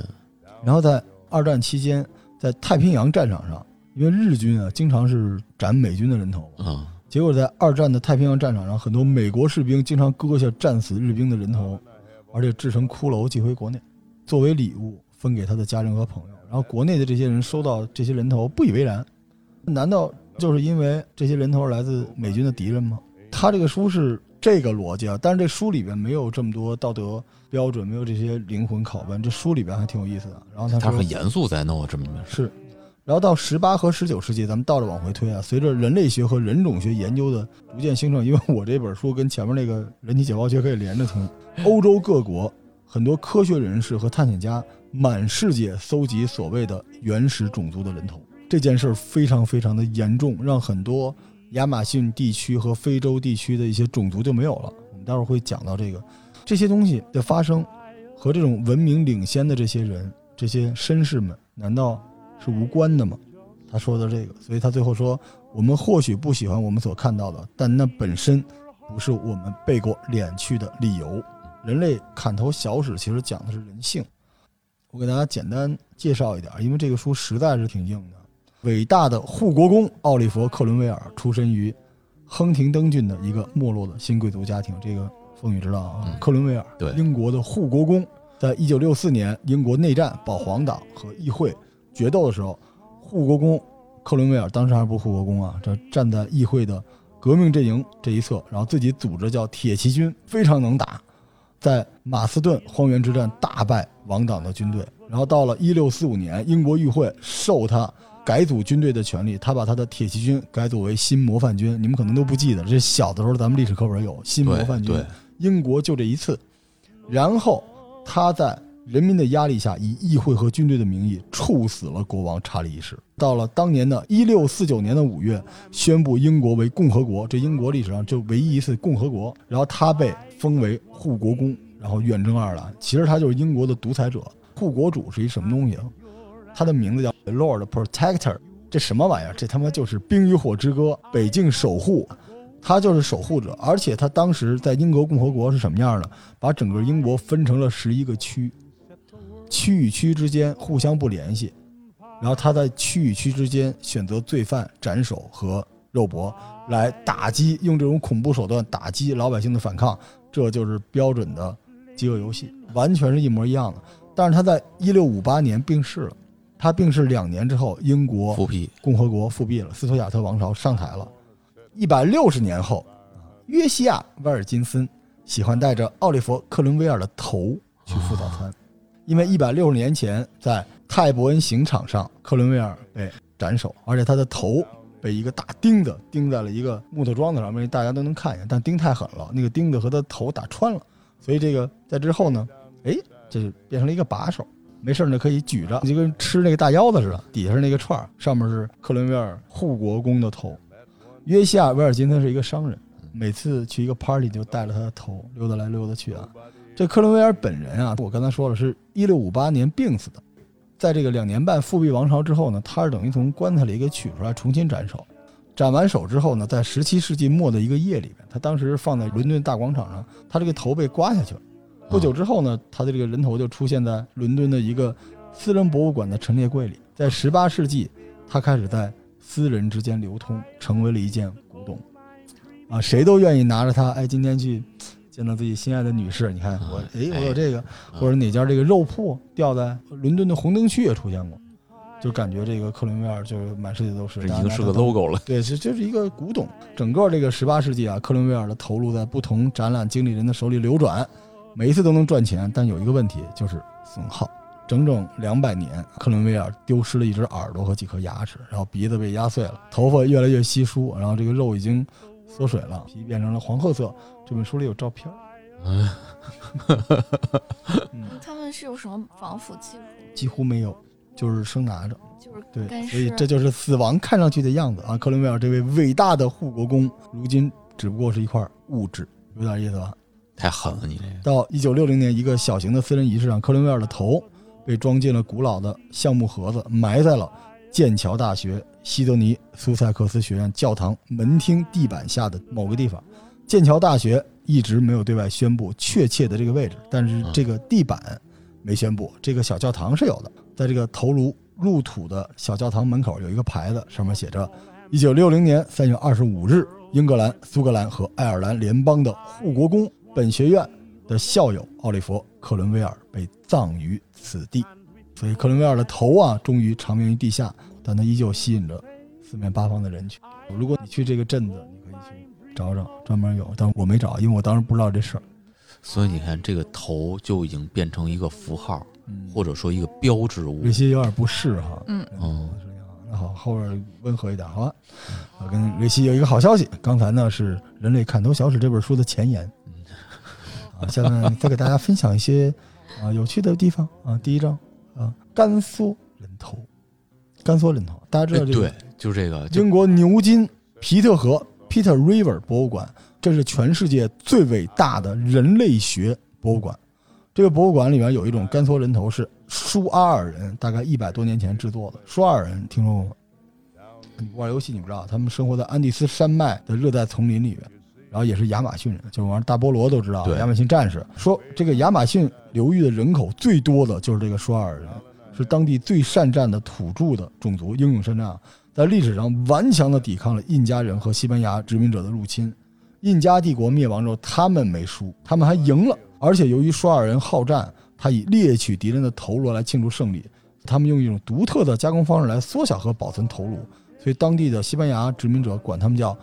Speaker 1: 然后在二战期间，在太平洋战场上，因为日军啊经常是斩美军的人头嘛，
Speaker 3: 嗯，
Speaker 1: 结果在二战的太平洋战场上，很多美国士兵经常割下战死日兵的人头，而且制成骷髅寄回国内，作为礼物分给他的家人和朋友。然后国内的这些人收到这些人头不以为然，难道就是因为这些人头来自美军的敌人吗？他这个书是这个逻辑啊，但是这书里边没有这么多道德标准，没有这些灵魂拷问，这书里边还挺有意思的。然后他
Speaker 3: 他
Speaker 1: 说
Speaker 3: 很严肃在弄这么一个事，
Speaker 1: 是。然后到十八和十九世纪，咱们倒着往回推啊，随着人类学和人种学研究的逐渐兴盛，因为我这本书跟前面那个人体解剖学可以连着听，欧洲各国很多科学人士和探险家满世界搜集所谓的原始种族的人头，这件事儿非常非常的严重，让很多亚马逊地区和非洲地区的一些种族就没有了。我们待会儿会讲到这个，这些东西的发生和这种文明领先的这些人、这些绅士们，难道是无关的吗？他说的这个，所以他最后说：“我们或许不喜欢我们所看到的，但那本身不是我们背过脸去的理由。”人类砍头小史其实讲的是人性。我给大家简单介绍一点，因为这个书实在是挺硬的。伟大的护国公奥利弗·克伦威尔出身于亨廷登郡的一个没落的新贵族家庭，这个风雨知道啊。
Speaker 3: 嗯
Speaker 1: 克伦威尔，
Speaker 3: 对
Speaker 1: 英国的护国公，在一九六四年英国内战保皇党和议会决斗的时候，护国公克伦威尔当时还不是护国公啊，这站在议会的革命阵营这一侧，然后自己组织叫铁骑军，非常能打，在马斯顿荒原之战大败王党的军队。然后到了一六四五年，英国议会授他改组军队的权利，他把他的铁骑军改组为新模范军。你们可能都不记得，这小的时候咱们历史课本有新模范
Speaker 3: 对
Speaker 1: 军
Speaker 3: 对，，
Speaker 1: 英国就这一次。然后他在人民的压力下，以议会和军队的名义处死了国王查理一世。到了当年的一六四九年的五月，宣布英国为共和国，这英国历史上就唯一一次共和国。然后他被封为护国公，然后远征爱尔兰。其实他就是英国的独裁者。护国主是一什么东西啊？他的名字叫 Lord Protector，这什么玩意儿？这他妈就是《冰与火之歌》北境守护，他就是守护者。而且他当时在英国共和国是什么样的？把整个英国分成了十一个区，区与区之间互相不联系，然后他在区与区之间选择罪犯斩首和肉搏来打击，用这种恐怖手段打击老百姓的反抗，这就是标准的饥饿游戏，完全是一模一样的。但是他在一六五八年病逝了，他病逝两年之后，英国
Speaker 3: 扶皮
Speaker 1: 共和国复辟了，斯图亚特王朝上台了。一百六十年后，约西亚·威尔金森喜欢带着奥利弗·克伦威尔的头去赴早餐，因为一百六十年前在泰伯恩刑场上，克伦威尔被斩首，而且他的头被一个大钉子钉在了一个木头桩子上面，大家都能看见，但钉太狠了，那个钉子和他头打穿了，所以这个在之后呢，哎，这就变成了一个把手。没事儿呢，可以举着，就跟吃那个大腰子似的，底下是那个串儿，上面是克伦威尔护国公的头。约西亚·威尔金森是一个商人，每次去一个 party 就带着他的头溜达来溜达去啊。这克伦威尔本人啊，我刚才说了，是一六五八年病死的。在这个两年半复辟王朝之后呢，他是等于从棺材里给取出来，重新斩首。斩完首之后呢，在十七世纪末的一个夜里面，他当时放在伦敦大广场上，他这个头被刮下去了。不
Speaker 3: 嗯啊
Speaker 1: 久之后呢，他的这个人头就出现在伦敦的一个私人博物馆的陈列柜里。在十八世纪，它开始在私人之间流通，成为了一件古董。啊，谁都愿意拿着它。哎，今天去见到自己心爱的女士，你看
Speaker 3: 啊
Speaker 1: 我，哎，我有这个，或者哪家这个肉铺掉在伦敦的红灯区也出现过，就感觉这个克伦威尔就是满世界都是，
Speaker 3: 这已
Speaker 1: 大家
Speaker 3: 经
Speaker 1: 拿
Speaker 3: 是
Speaker 1: 它
Speaker 3: 个
Speaker 1: 当
Speaker 3: logo 了。
Speaker 1: 对，这这是一个古董。整个这个十八世纪啊，克伦威尔的投入在不同展览经理人的手里流转，每一次都能赚钱，但有一个问题就是损耗。整整两百年，克伦威尔丢失了一只耳朵和几颗牙齿，然后鼻子被压碎了，头发越来越稀疏，然后这个肉已经缩水了，皮变成了黄褐色。这本书里有照片儿。嗯，
Speaker 4: 他们是有什么防腐技术？
Speaker 1: 几乎没有，就是生拿着。
Speaker 4: 就是
Speaker 1: 对，
Speaker 4: 干
Speaker 1: 所以
Speaker 4: 尸
Speaker 1: 这就是死亡看上去的样子啊。克伦威尔这位伟大的护国公，如今只不过是一块物质，有点意思吧？
Speaker 3: 太狠了，你这个
Speaker 1: 到一九六零年，一个小型的私人仪式上，克伦威尔的头被装进了古老的橡木盒子，埋在了剑桥大学西德尼苏塞克斯学院教堂门厅地板下的某个地方。剑桥大学一直没有对外宣布确切的这个位置，但是这个地板没宣布，这个小教堂是有的。在这个头颅入土的小教堂门口有一个牌子，上面写着：一九六零年三月二十五日，英格兰、苏格兰和爱尔兰联邦的护国公本学院的校友奥利弗·克伦威尔被葬于此地。所以克伦威尔的头啊，终于长眠于地下，但他依旧吸引着四面八方的人群。如果你去这个镇子，你可以去找找，专门有，但我没找，因为我当时不知道这事儿。
Speaker 3: 所以你看，这个头就已经变成一个符号，
Speaker 1: 嗯，
Speaker 3: 或者说一个标志物
Speaker 1: 这。些有点不适哈。
Speaker 4: 嗯
Speaker 3: 嗯，
Speaker 1: 啊那好，后边温和一点，好吧？我跟瑞希有一个好消息，刚才呢是《人类砍头小史》这本书的前言，啊，下面再给大家分享一些啊有趣的地方啊。第一章啊，干缩人头，干缩人头，大家知道
Speaker 3: 哎
Speaker 1: 这个
Speaker 3: 对，就这个，就
Speaker 1: 英国牛津皮特河 （Peter River） 博物馆，这是全世界最伟大的人类学博物馆。这个博物馆里面有一种干缩人头，是舒阿尔人大概一百多年前制作的。舒阿尔人听说过吗？你不玩游戏你不知道，他们生活在安第斯山脉的热带丛林里面，然后也是亚马逊人，就是玩大菠萝都知道
Speaker 3: 对
Speaker 1: 亚马逊战士。说这个亚马逊流域的人口最多的就是这个舒阿尔人，是当地最善战的土著的种族，英勇善战啊。在历史上顽强地抵抗了印加人和西班牙殖民者的入侵。印加帝国灭亡之后，他们没输，他们还赢了。而且由于刷尔人好战，他以猎取敌人的头颅来庆祝胜利。他们用一种独特的加工方式来缩小和保存头颅，所以当地的西班牙殖民者管他们叫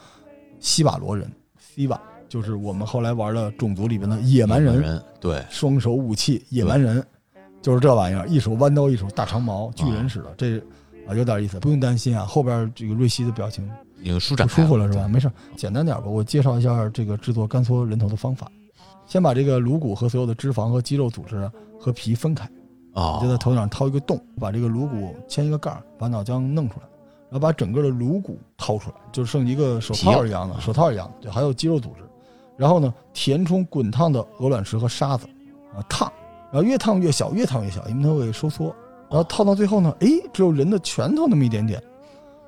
Speaker 1: 西瓦罗人，西瓦就是我们后来玩的种族里边的野蛮人，
Speaker 3: 人对，
Speaker 1: 双手武器野蛮人，就是这玩意儿，一手弯刀，一手大长矛，巨人似的，这啊有点意思，不用担心啊。后边这个瑞希的表情
Speaker 3: 已经舒展
Speaker 1: 不
Speaker 3: 开
Speaker 1: 舒服了是吧？
Speaker 3: 对
Speaker 1: 没事儿，简单点儿吧。我介绍一下这个制作干搓人头的方法，先把这个颅骨和所有的脂肪和肌肉组织和皮分开。
Speaker 3: 哦，
Speaker 1: 就在头顶上掏一个洞，把这个颅骨牵一个盖儿，把脑浆弄出来，然后把整个的颅骨掏出来，就剩一个手套一样的，
Speaker 3: 皮
Speaker 1: 手套一样的，对，还有肌肉组织。然后呢，填充滚烫的鹅卵石和沙子，啊，烫，然后越烫越小，越烫越小，因为它会收缩。然后烫到最后呢，诶，只有人的拳头那么一点点。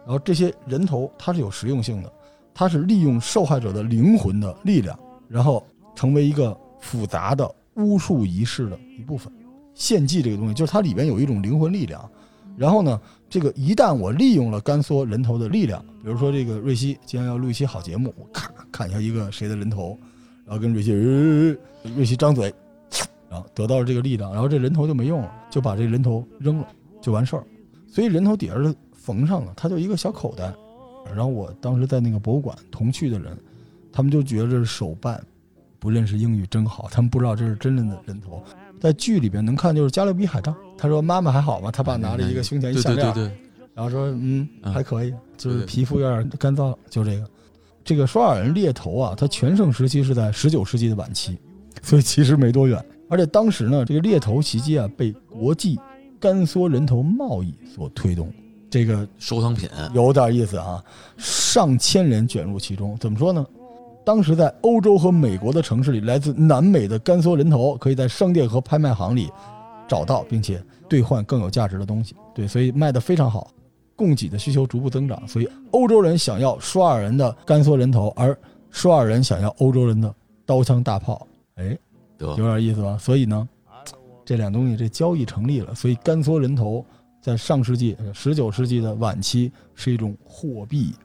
Speaker 1: 然后这些人头它是有实用性的，它是利用受害者的灵魂的力量，然后成为一个复杂的巫术仪式的一部分。献祭这个东西，就是它里边有一种灵魂力量。然后呢，这个一旦我利用了干缩人头的力量，比如说这个瑞希今天要录一期好节目，我咔砍下一个谁的人头，然后跟瑞希，呃瑞希张嘴，然后得到了这个力量，然后这人头就没用了，就把这人头扔了，就完事儿。所以人头底下是缝上了，它就一个小口袋。然后我当时在那个博物馆同去的人，他们就觉得这是手办，不认识英语真好，他们不知道这是真正的人头。在剧里边能看就是加勒比海盗，他说妈妈还好吗？他爸拿了一个胸前一
Speaker 3: 对
Speaker 1: 项
Speaker 3: 对
Speaker 1: 链
Speaker 3: 对，对，
Speaker 1: 然后说嗯
Speaker 3: 嗯
Speaker 1: 还可以，就
Speaker 3: 对
Speaker 1: 是
Speaker 3: 对
Speaker 1: 皮肤有点干燥，就这个。这个索尔人猎头啊，它全盛时期是在十九世纪的晚期，所以其实没多远。而且当时呢，这个猎头袭击啊被国际干缩人头贸易所推动，这个
Speaker 3: 收藏品
Speaker 1: 有点意思啊，上千人卷入其中。怎么说呢？当时在欧洲和美国的城市里，来自南美的干缩人头可以在商店和拍卖行里找到，并且兑换更有价值的东西。对，所以卖得非常好，供给的需求逐步增长。所以欧洲人想要舒尔人的干缩人头，而舒尔人想要欧洲人的刀枪大炮。哎，
Speaker 3: 得
Speaker 1: 有点意思吧？所以呢，这两东西这交易成立了，所以干缩人头在上世纪呃十九世纪的晚期是一种货币。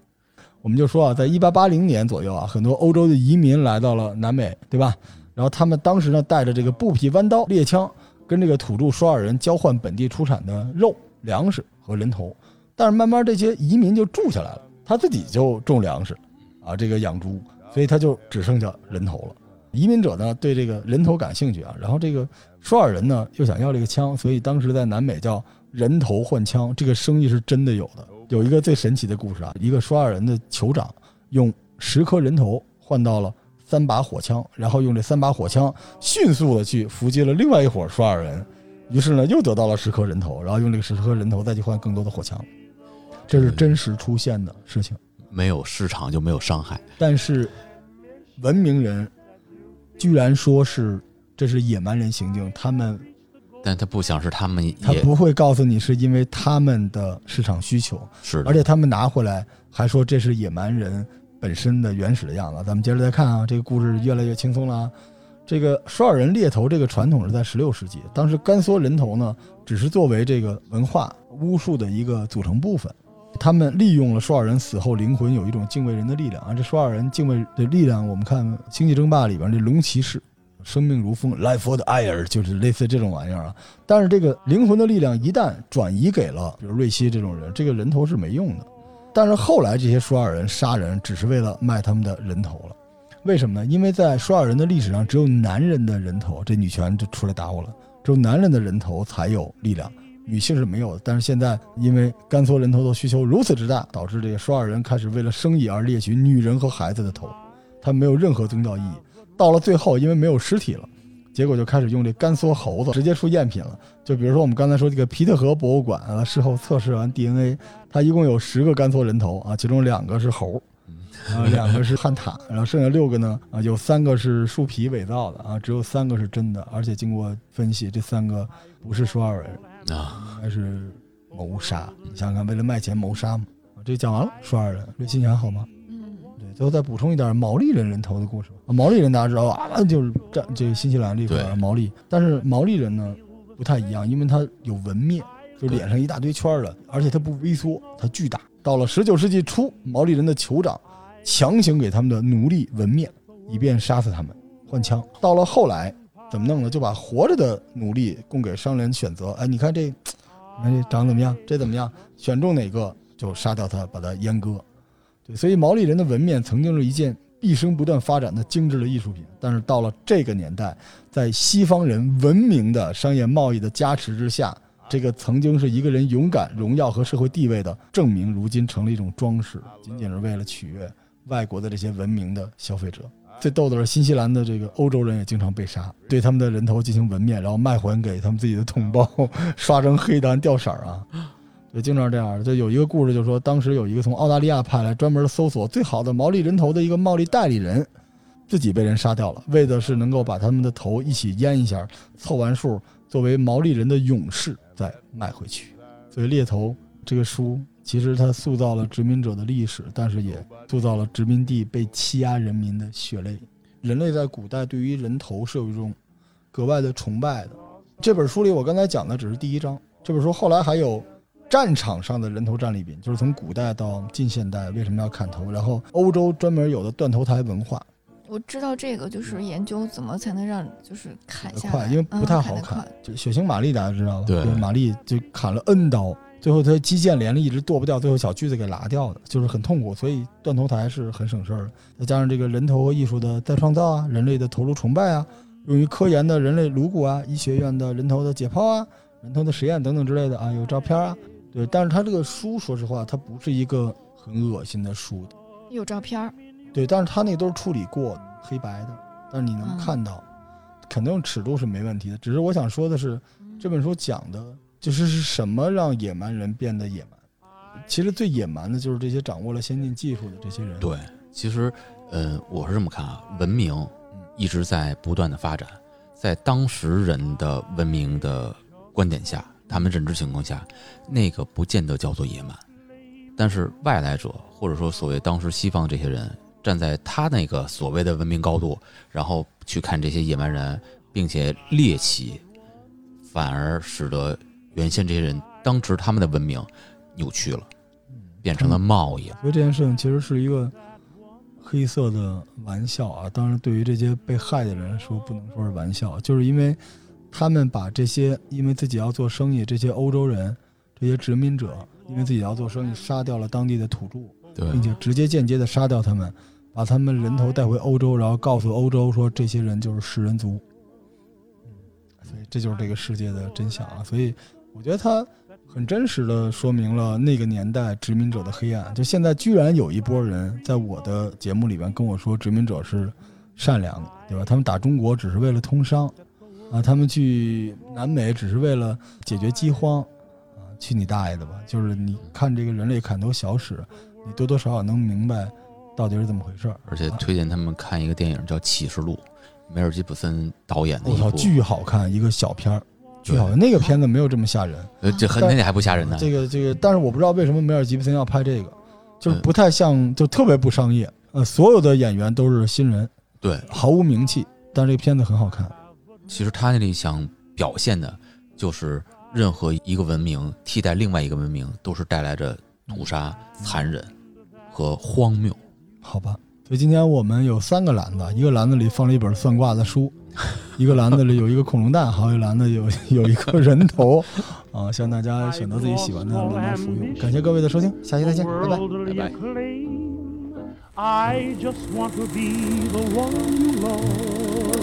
Speaker 1: 我们就说啊，在一八八零年左右啊，很多欧洲的移民来到了南美，对吧？然后他们当时呢，带着这个布匹弯刀、猎枪，跟这个土著索尔人交换本地出产的肉、粮食和人头。但是慢慢这些移民就住下来了，他自己就种粮食，啊，这个养猪，所以他就只剩下人头了。移民者呢对这个人头感兴趣啊，然后这个舒尔人呢又想要这个枪，所以当时在南美叫人头换枪，这个生意是真的有的。有一个最神奇的故事啊，一个舒尔人的酋长用十颗人头换到了三把火枪，然后用这三把火枪迅速的去伏击了另外一伙舒尔人，于是呢又得到了十颗人头，然后用这个十颗人头再去换更多的火枪，这是真实出现的事情。
Speaker 3: 没有市场就没有伤害，
Speaker 1: 但是文明人居然说是这是野蛮人行径，他们
Speaker 3: 但他不想是他们
Speaker 1: 他
Speaker 3: 也
Speaker 1: 不会告诉你是因为他们的市场需求，
Speaker 3: 是的，
Speaker 1: 而且他们拿回来还说这是野蛮人本身的原始的样子。咱们接着再看啊，这个故事越来越轻松了啊。这个首尔人猎头这个传统是在16世纪，当时干缩人头呢，只是作为这个文化巫术的一个组成部分。他们利用了首尔人死后灵魂有一种敬畏人的力量啊，这首尔人敬畏的力量，我们看《星际争霸》里边这龙骑士，生命如风，life for the air，就是类似这种玩意儿啊。但是这个灵魂的力量一旦转移给了比如瑞希这种人，这个人头是没用的。但是后来这些舒尔人杀人只是为了卖他们的人头了，为什么呢？因为在舒尔人的历史上，只有男人的人头，这女权就出来打我了，只有男人的人头才有力量，女性是没有的。但是现在因为干缩人头的需求如此之大，导致这个舒尔人开始为了生意而猎取女人和孩子的头，它没有任何宗教意义。到了最后，因为没有尸体了，结果就开始用这干缩猴子直接出赝品了。就比如说我们刚才说这个皮特河博物馆啊，事后测试完 DNA，它一共有十个干缩人头啊，其中两个是猴，啊，两个是汉塔，然后剩下六个呢啊，有三个是树皮伪造的啊，只有三个是真的，而且经过分析，这三个不是说二人，
Speaker 3: 啊，
Speaker 1: 应该是谋杀。你想想看，为了卖钱谋杀嘛。啊这讲完了，说二人，瑞欣你还好吗？
Speaker 4: 嗯，
Speaker 1: 对，最后再补充一点毛利人人头的故事。啊毛利人大家知道啊，就是占这新西兰这块儿
Speaker 3: 对
Speaker 1: 毛利，但是毛利人呢不太一样，因为他有纹面，就
Speaker 3: 对
Speaker 1: 脸上一大堆圈儿的，而且他不微缩，他巨大。到了十九世纪初，毛利人的酋长强行给他们的奴隶纹面，以便杀死他们，换枪。到了后来怎么弄呢？就把活着的奴隶供给商人选择。哎，你看这，你哎看这长得怎么样？这怎么样？选中哪个就杀掉他，把他阉割。对，所以毛利人的纹面曾经是一件毕生不断发展的精致的艺术品，但是到了这个年代，在西方人文明的商业贸易的加持之下，这个曾经是一个人勇敢、荣耀和社会地位的证明，如今成了一种装饰，仅仅是为了取悦外国的这些文明的消费者。最逗的是，新西兰的这个欧洲人也经常被杀，对他们的人头进行纹面，然后卖还给他们自己的同胞， 刷成黑的按掉色儿啊。对，经常这样。就有一个故事，就说当时有一个从澳大利亚派来专门搜索最好的毛利人头的一个毛利代理人，自己被人杀掉了，为的是能够把他们的头一起腌一下，凑完数作为毛利人的勇士再卖回去。所以《猎头》这个书，其实它塑造了殖民者的历史，但是也塑造了殖民地被欺压人民的血泪。人类在古代对于人头是有一种格外的崇拜的。这本书里我刚才讲的只是第一章，这本书后来还有战场上的人头战利品，就是从古代到近现代为什么要砍头，然后欧洲专门有的断头台文化，
Speaker 4: 我知道这个就是研究怎么才能让就是砍下
Speaker 1: 快，
Speaker 4: 来，
Speaker 1: 因为不太
Speaker 4: 嗯
Speaker 1: 好
Speaker 4: 得
Speaker 1: 砍
Speaker 4: 快。
Speaker 1: 就血腥玛丽大家知道吧？
Speaker 3: 对
Speaker 1: 就是玛丽就砍了 N 刀，最后她肌腱连着一直剁不掉，最后小锯子给拉掉的，就是很痛苦。所以断头台是很省事儿的。再加上这个人头和艺术的再创造啊，人类的头颅崇拜啊，用于科研的人类颅骨啊，医学院的人头的解剖啊，人头的实验等等之类的啊，有照片啊。对，但是他这个书，说实话，它不是一个很恶心的书，
Speaker 4: 有照片儿，
Speaker 1: 对，但是他那都是处理过的黑白的，但是你能
Speaker 4: 嗯
Speaker 1: 看到，肯定尺度是没问题的。只是我想说的是，这本书讲的就是是什么让野蛮人变得野蛮。其实最野蛮的就是这些掌握了先进技术的这些人。
Speaker 3: 对，其实，呃，我是这么看啊，文明一直在不断的发展，在当时人的文明的观点下，他们认知情况下，那个不见得叫做野蛮，但是外来者或者说所谓当时西方这些人，站在他那个所谓的文明高度，然后去看这些野蛮人，并且猎奇，反而使得原先这些人当时他们的文明扭曲了，变成了贸易了。
Speaker 1: 所以这件事情其实是一个黑色的玩笑啊。当然，对于这些被害的人来说，不能说是玩笑，啊就是因为他们把这些因为自己要做生意，这些欧洲人、这些殖民者，因为自己要做生意，杀掉了当地的土著。
Speaker 3: 对
Speaker 1: 并且直接间接的杀掉他们，把他们人头带回欧洲，然后告诉欧洲说这些人就是食人族。所以这就是这个世界的真相啊！所以我觉得它很真实的说明了那个年代殖民者的黑暗。就现在居然有一波人在我的节目里边跟我说，殖民者是善良的，对吧？他们打中国只是为了通商，啊，他们去南美只是为了解决饥荒，啊，去你大爷的吧！就是你看这个人类砍头小史，你多多少少能明白到底是怎么回事儿。
Speaker 3: 而且推荐他们看一个电影叫《启示录》，梅尔吉普森导演的
Speaker 1: 我
Speaker 3: 一
Speaker 1: 操，
Speaker 3: 部，
Speaker 1: 哦巨好看，一个小片儿，巨
Speaker 3: 对
Speaker 1: 好看。那个片子没有这么吓人，
Speaker 3: 呃，这很那还不吓人呢。
Speaker 1: 这个这个，但是我不知道为什么梅尔吉普森要拍这个，就是
Speaker 3: 嗯
Speaker 1: 不太像，就特别不商业。呃，所有的演员都是新人，
Speaker 3: 对，
Speaker 1: 毫无名气，但这个片子很好看。
Speaker 3: 其实他那里想表现的就是任何一个文明替代另外一个文明，都是带来着屠杀、残忍和荒谬。
Speaker 1: 好吧，所以今天我们有三个篮子，一个篮子里放了一本算卦的 书，一个篮子里有一个恐龙蛋，还有一篮子有有一个人 头，啊，希望大家选择自己喜欢的轮流服用。感谢各位的收听，下期再见，拜拜。
Speaker 2: Worldly
Speaker 3: Bye-bye.
Speaker 2: acclaim. I just want to be the one you love.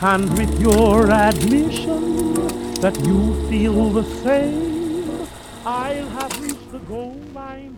Speaker 2: And with your admission that you feel the same, I'll have reached the goal line.